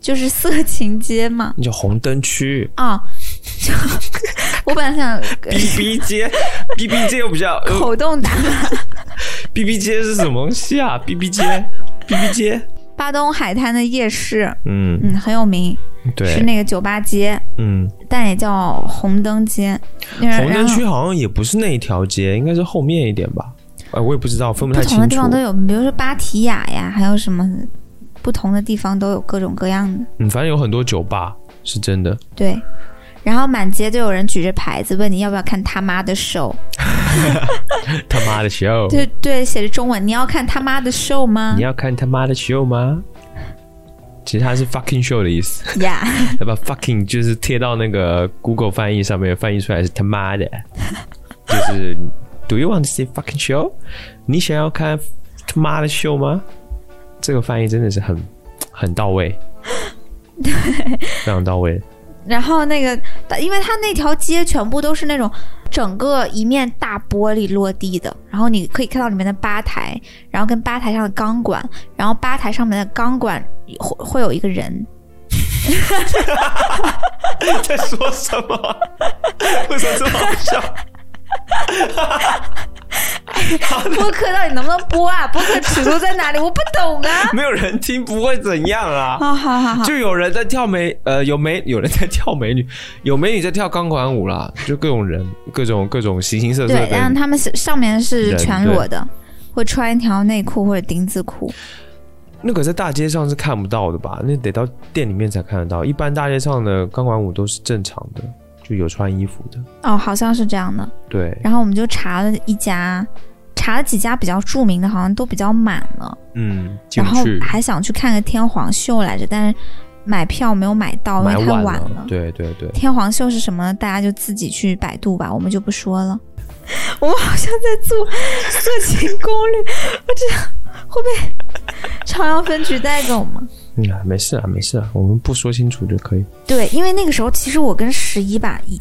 [SPEAKER 1] 就是色情街嘛。
[SPEAKER 2] 那叫红灯区。
[SPEAKER 1] 啊、就我本来想
[SPEAKER 2] BB 街，BB 街又 比较、呃、
[SPEAKER 1] 口动打码
[SPEAKER 2] BB 街是什么东西啊？BB 街，BB 街，
[SPEAKER 1] 巴东海滩的夜市，
[SPEAKER 2] 嗯，
[SPEAKER 1] 嗯，很有名，是
[SPEAKER 2] 对，
[SPEAKER 1] 那个酒吧街，
[SPEAKER 2] 嗯，
[SPEAKER 1] 但也叫红灯街。
[SPEAKER 2] 红
[SPEAKER 1] 红
[SPEAKER 2] 灯区好像也不是那一条街，应该是后面一点吧。哎，我也不知道，分不
[SPEAKER 1] 不
[SPEAKER 2] 太
[SPEAKER 1] 同的
[SPEAKER 2] 清
[SPEAKER 1] 地
[SPEAKER 2] 楚
[SPEAKER 1] 方。都有，比如说芭提雅呀，还有什么不同的地方都有各种各样的。
[SPEAKER 2] 嗯，反正有很多酒吧是真的。
[SPEAKER 1] 对，然后满街都有人举着牌子问你要不要看他妈的 show。
[SPEAKER 2] 他妈的 show，
[SPEAKER 1] 对啊对，写着中文。你要看他妈的 show 吗
[SPEAKER 2] 你？要看他妈的 show 吗？其实它是 fucking show 的意思，
[SPEAKER 1] 呀
[SPEAKER 2] 他把 fucking 就是贴到那个 Google 翻译上面，翻译出来是他妈的， 就是 Do you want to see fucking show？你想要看他妈的 show 吗？这个翻译真的是很很到位，非常到位。
[SPEAKER 1] 然后那个，因为它那条街全部都是那种整个一面大玻璃落地的，然后你可以看到里面的吧台，然后跟吧台上的钢管，然后吧台上面的钢管会会有一个人，
[SPEAKER 2] 在说什么？为什么这么好笑？
[SPEAKER 1] 播客到底能不能播啊？播客尺度在哪里？我不懂啊！
[SPEAKER 2] 没有人听不会怎样啊
[SPEAKER 1] 啊、好好好，
[SPEAKER 2] 就有人在跳美，呃，有美有人在跳美女，有美女在跳钢管舞啦，就各种人，各种各种形形色色
[SPEAKER 1] 对，但
[SPEAKER 2] 的。
[SPEAKER 1] 他们是上面是
[SPEAKER 2] 人
[SPEAKER 1] 全裸的，会穿一条内裤或者丁字裤。
[SPEAKER 2] 那个在大街上是看不到的吧？那得到店里面才看得到。一般大街上的钢管舞都是正常的，就有穿衣服的。
[SPEAKER 1] 哦，好像是这样的。
[SPEAKER 2] 对，
[SPEAKER 1] 然后我们就查了一家，查了几家比较著名的，好像都比较满了。
[SPEAKER 2] 嗯，进
[SPEAKER 1] 然
[SPEAKER 2] 不
[SPEAKER 1] 后
[SPEAKER 2] 去，
[SPEAKER 1] 还想去看个天皇秀来着，但是买票没有买到，因
[SPEAKER 2] 买
[SPEAKER 1] 为太晚
[SPEAKER 2] 了。对对对，
[SPEAKER 1] 天皇秀是什么？大家就自己去百度吧，我们就不说了。我们好像在做色情攻略，我这会被朝阳分局带走吗？
[SPEAKER 2] 嗯，没事啊，没事啊，我们不说清楚就可以。
[SPEAKER 1] 对，因为那个时候其实我跟十一吧，一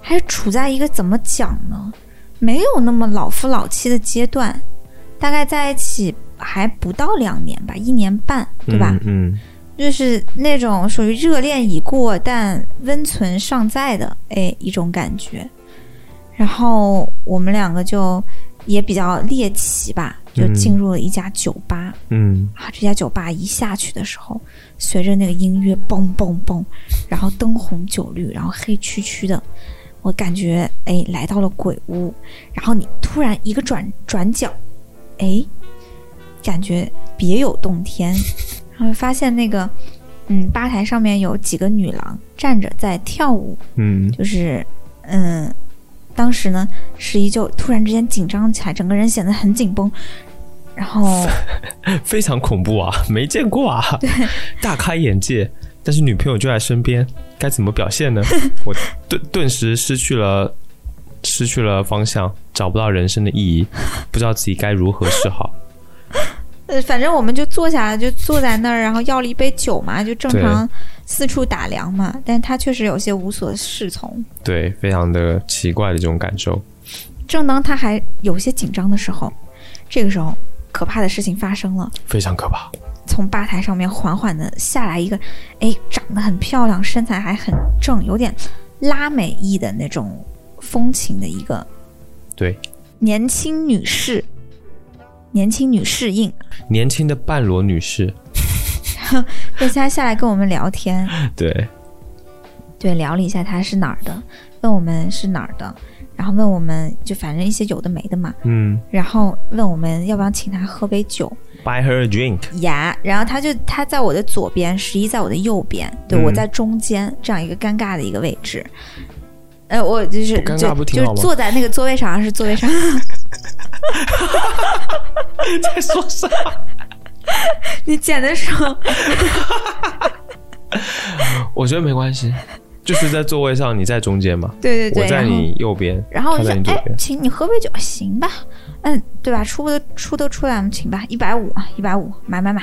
[SPEAKER 1] 还是处在一个怎么讲呢，没有那么老夫老妻的阶段，大概在一起还不到两年吧，一年半，对吧？
[SPEAKER 2] 嗯？嗯，
[SPEAKER 1] 就是那种属于热恋已过但温存尚在的，哎，一种感觉。然后我们两个就也比较猎奇吧，就
[SPEAKER 2] 嗯
[SPEAKER 1] 进入了一家酒吧。
[SPEAKER 2] 嗯，
[SPEAKER 1] 啊，这家酒吧一下去的时候，随着那个音乐嘣嘣嘣，然后灯红酒绿，然后黑黢黢的，我感觉哎来到了鬼屋，然后你突然一个转转角，哎，感觉别有洞天，然后发现那个嗯吧台上面有几个女郎站着在跳舞，
[SPEAKER 2] 嗯，
[SPEAKER 1] 就是嗯，当时呢，十一就突然之间紧张起来，整个人显得很紧绷，然后。
[SPEAKER 2] 嗯非常恐怖啊， 没见 过啊，大开眼界。但是女朋友就在身边，该怎么表 现呢？我顿顿时失去了失去了方向，找不到人生的意义，不知道自己该如何是好。
[SPEAKER 1] 呃，反正我们就坐下来，就坐在那儿，然后要了一杯酒嘛，就正常四处打量嘛。但是他确实有些无所适从。
[SPEAKER 2] 对，非常的奇怪的这种感受。
[SPEAKER 1] 正当他还有些紧张的时候，这个时候可怕的事情发生了，
[SPEAKER 2] 非常可怕。
[SPEAKER 1] 从吧台上面缓缓的下来一个，哎，长得很漂亮，身材还很正，有点拉美裔的那种风情的一个
[SPEAKER 2] 对，
[SPEAKER 1] 年轻女士，年轻女侍应，
[SPEAKER 2] 年轻的半裸女士，
[SPEAKER 1] 那她下来跟我们聊天，
[SPEAKER 2] 对，
[SPEAKER 1] 对，聊了一下他是哪儿的，问我们是哪儿的，然后问我们就反正一些有的没的嘛，
[SPEAKER 2] 嗯
[SPEAKER 1] 然后问我们要不要请他喝杯酒
[SPEAKER 2] ，buy her a drink，
[SPEAKER 1] 呀然后他就他在我的左边，十一在我的右边，对、
[SPEAKER 2] 嗯
[SPEAKER 1] 我在中间这样一个尴尬的一个位置。呃，我就是
[SPEAKER 2] 不尴尬
[SPEAKER 1] 就
[SPEAKER 2] 不挺
[SPEAKER 1] 就
[SPEAKER 2] 好吗
[SPEAKER 1] 是坐在那个座位上是座位上，
[SPEAKER 2] 在说啥？
[SPEAKER 1] 你捡的时候，
[SPEAKER 2] 我觉得没关系，就是在座位上，你在中间嘛，
[SPEAKER 1] 对对
[SPEAKER 2] 我
[SPEAKER 1] 对，
[SPEAKER 2] 在
[SPEAKER 1] 然后
[SPEAKER 2] 你右边，
[SPEAKER 1] 然后我
[SPEAKER 2] 他
[SPEAKER 1] 就
[SPEAKER 2] 在
[SPEAKER 1] 想
[SPEAKER 2] 你，左
[SPEAKER 1] 哎
[SPEAKER 2] 边，，
[SPEAKER 1] 请你喝杯酒，行吧？嗯，对吧？出不都出都出来了，请吧，一百五啊，一百五，买买买，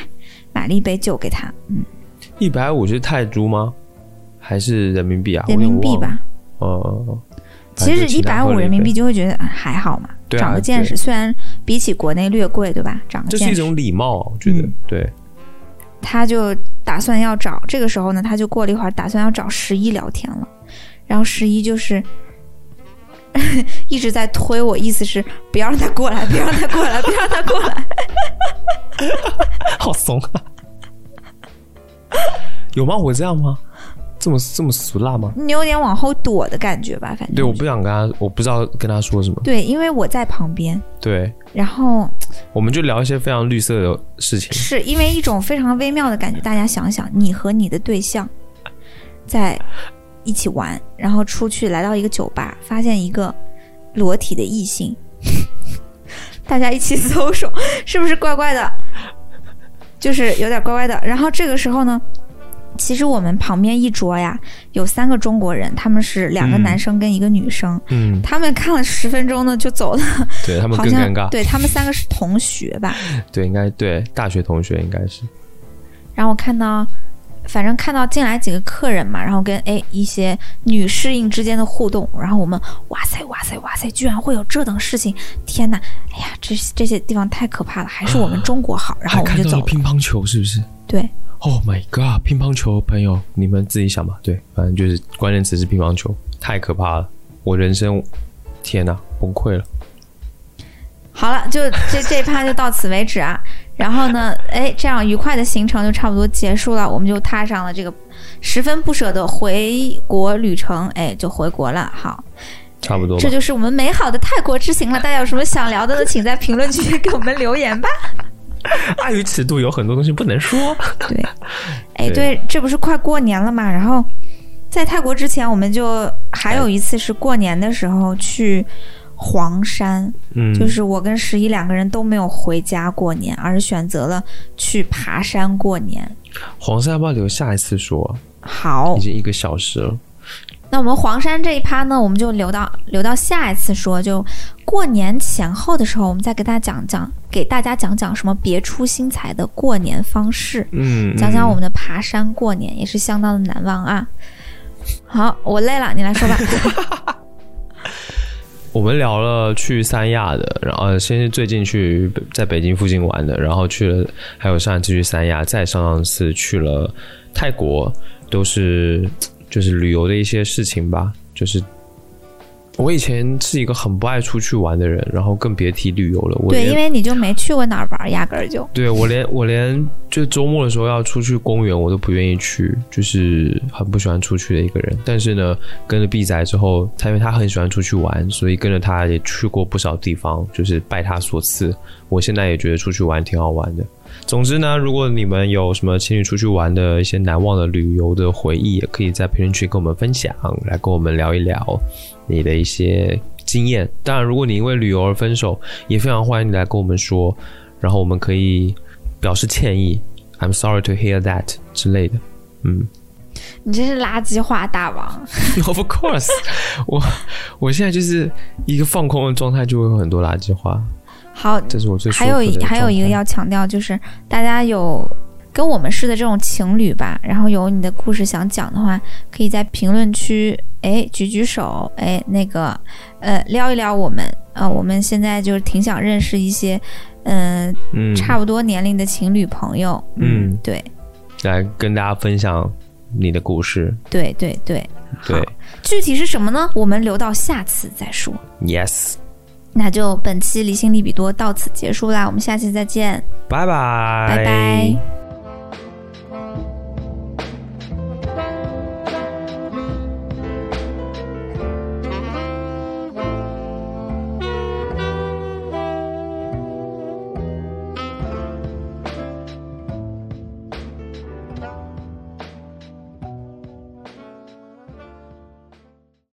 [SPEAKER 1] 买了一杯酒给他，嗯，
[SPEAKER 2] 一百五是泰铢吗？还是人民币啊？
[SPEAKER 1] 人民币吧。
[SPEAKER 2] 我有点忘了。哦、嗯，
[SPEAKER 1] 其实一百
[SPEAKER 2] 反正就请他喝
[SPEAKER 1] 五
[SPEAKER 2] 了一
[SPEAKER 1] 人民币
[SPEAKER 2] 杯，
[SPEAKER 1] 就会觉得啊还好嘛，
[SPEAKER 2] 对啊
[SPEAKER 1] 长个见识。
[SPEAKER 2] 对
[SPEAKER 1] 虽然比起国内略贵，对吧？长个
[SPEAKER 2] 这是
[SPEAKER 1] 见
[SPEAKER 2] 一
[SPEAKER 1] 识。
[SPEAKER 2] 种礼貌，我觉得、
[SPEAKER 1] 嗯
[SPEAKER 2] 对。
[SPEAKER 1] 他就打算要找，这个时候呢，他就过了一会儿，打算要找十一聊天了。然后十一就是 一直在推我，意思是不要让他过来，不要让他过来，不要让他过来。
[SPEAKER 2] 好怂啊！ 有吗？我这样吗？这么这么俗辣吗？
[SPEAKER 1] 你有点往后躲的感觉吧，反正
[SPEAKER 2] 对，我不想跟他，我不知道跟他说什么。
[SPEAKER 1] 对，因为我在旁边，
[SPEAKER 2] 对，
[SPEAKER 1] 然后
[SPEAKER 2] 我们就聊一些非常绿色的事情。
[SPEAKER 1] 是因为一种非常微妙的感觉。大家想想，你和你的对象在一起玩，然后出去来到一个酒吧，发现一个裸体的异性， 大家一起搜手，是不是怪怪的？就是有点怪怪的。然后这个时候呢，其实我们旁边一桌呀有三个中国人，他们是两个
[SPEAKER 2] 嗯
[SPEAKER 1] 男生跟一个女生，
[SPEAKER 2] 嗯，
[SPEAKER 1] 他们看了十分钟呢就走了，
[SPEAKER 2] 对他们
[SPEAKER 1] 好
[SPEAKER 2] 更
[SPEAKER 1] 像
[SPEAKER 2] 尴尬。
[SPEAKER 1] 对他们三个是同学吧。
[SPEAKER 2] 对，应该对大学同学应该是
[SPEAKER 1] 然后我看到，反正看到进来几个客人嘛，然后跟哎一些女侍应之间的互动，然后我们哇塞哇塞哇塞，居然会有这等事情！天哪，哎呀，这这些地方太可怕了，还是我们中国好。然后
[SPEAKER 2] 还
[SPEAKER 1] 我们
[SPEAKER 2] 看
[SPEAKER 1] 就
[SPEAKER 2] 到
[SPEAKER 1] 走
[SPEAKER 2] 了
[SPEAKER 1] 了。
[SPEAKER 2] 乒乓球，是不是
[SPEAKER 1] 对，
[SPEAKER 2] ？Oh my god！乒乓球，朋友，你们自己想吧。对，反正就是关键词是乒乓球，太可怕了！我人生，天哪，崩溃了。
[SPEAKER 1] 好了，就这这一趴就到此为止啊。然后呢，哎，这样愉快的行程就差不多结束了，我们就踏上了这个十分不舍的回国旅程，哎，就回国了。好，
[SPEAKER 2] 差不多吧
[SPEAKER 1] 这。就是我们美好的泰国之 行了。大家有什么想聊的呢？请在评论区给我们留言吧。
[SPEAKER 2] 碍于尺度，有很多东西不能说。
[SPEAKER 1] 对，哎，
[SPEAKER 2] 对
[SPEAKER 1] 对，这不是快过年了嘛？然后在泰国之前，我们就还有一次是过年的时候去黄山，
[SPEAKER 2] 嗯，
[SPEAKER 1] 就是我跟十一两个人都没有回家过年，而是选择了去爬山过年。
[SPEAKER 2] 黄山要不要留下一次说？
[SPEAKER 1] 好
[SPEAKER 2] 已，经一个小时了。
[SPEAKER 1] 那我们黄山这一趴呢，我们就留到留到下一次说，就过年前后的时候，我们再给大家讲讲，给大家讲讲什么别出心裁的过年方式，
[SPEAKER 2] 嗯，
[SPEAKER 1] 讲讲我们
[SPEAKER 2] 们
[SPEAKER 1] 的爬山过年也是相当的难忘啊。好，我累了，你来说吧。
[SPEAKER 2] 我们聊了去三亚的，然后呃先是最近去北在北京附近玩的，然后去了，还有上一次去三亚，再上上次去了泰国，都是就是旅游的一些事情吧。就是我以前是一个很不爱出去玩的人，然后更别提旅游了。 我
[SPEAKER 1] 对，
[SPEAKER 2] 连
[SPEAKER 1] 因为你就没去过哪儿玩儿，压根儿就
[SPEAKER 2] 对我连我连就周末的时候要出去公园，我都不愿意去，就是很不喜欢出去的一个人。但是呢，跟着 B 仔之后，他因为他很喜欢出去玩，所以跟着他也去过不少地方，就是拜他所赐。我现在也觉得出去玩挺好玩的。总之呢，如果你们有什么情侣出去玩的一些难忘的旅游的回忆，也可以在评论区跟我们分享，来跟我们聊一聊你的一些经验。当然，如果你因为旅游而分手，也非常欢迎你来跟我们说。然后我们可以表示歉意，I'm sorry to hear that 之类的。嗯
[SPEAKER 1] 你这是垃圾话大王。
[SPEAKER 2] ，Of course，我我现在就是一个放空的状态，就会有很多垃圾话，
[SPEAKER 1] 好，
[SPEAKER 2] 这是我最舒服
[SPEAKER 1] 还
[SPEAKER 2] 的
[SPEAKER 1] 有一
[SPEAKER 2] 状态
[SPEAKER 1] 还有一个要强调就是，大家有跟我们似的这种情侣吧，然后有你的故事想讲的话，可以在评论区哎举举手，哎那个呃撩一撩我们啊、我们现在就是挺想认识一些嗯、
[SPEAKER 2] 嗯
[SPEAKER 1] 差不多年龄的情侣朋友，
[SPEAKER 2] 嗯
[SPEAKER 1] 对
[SPEAKER 2] 来跟大家分享你的故事。
[SPEAKER 1] 对对对，
[SPEAKER 2] 对
[SPEAKER 1] 好具体是什么呢？我们留到下次再说。
[SPEAKER 2] ，Yes，
[SPEAKER 1] 那就本期离心利比多到此结束啦，我们下期再见，
[SPEAKER 2] 拜拜，
[SPEAKER 1] 拜拜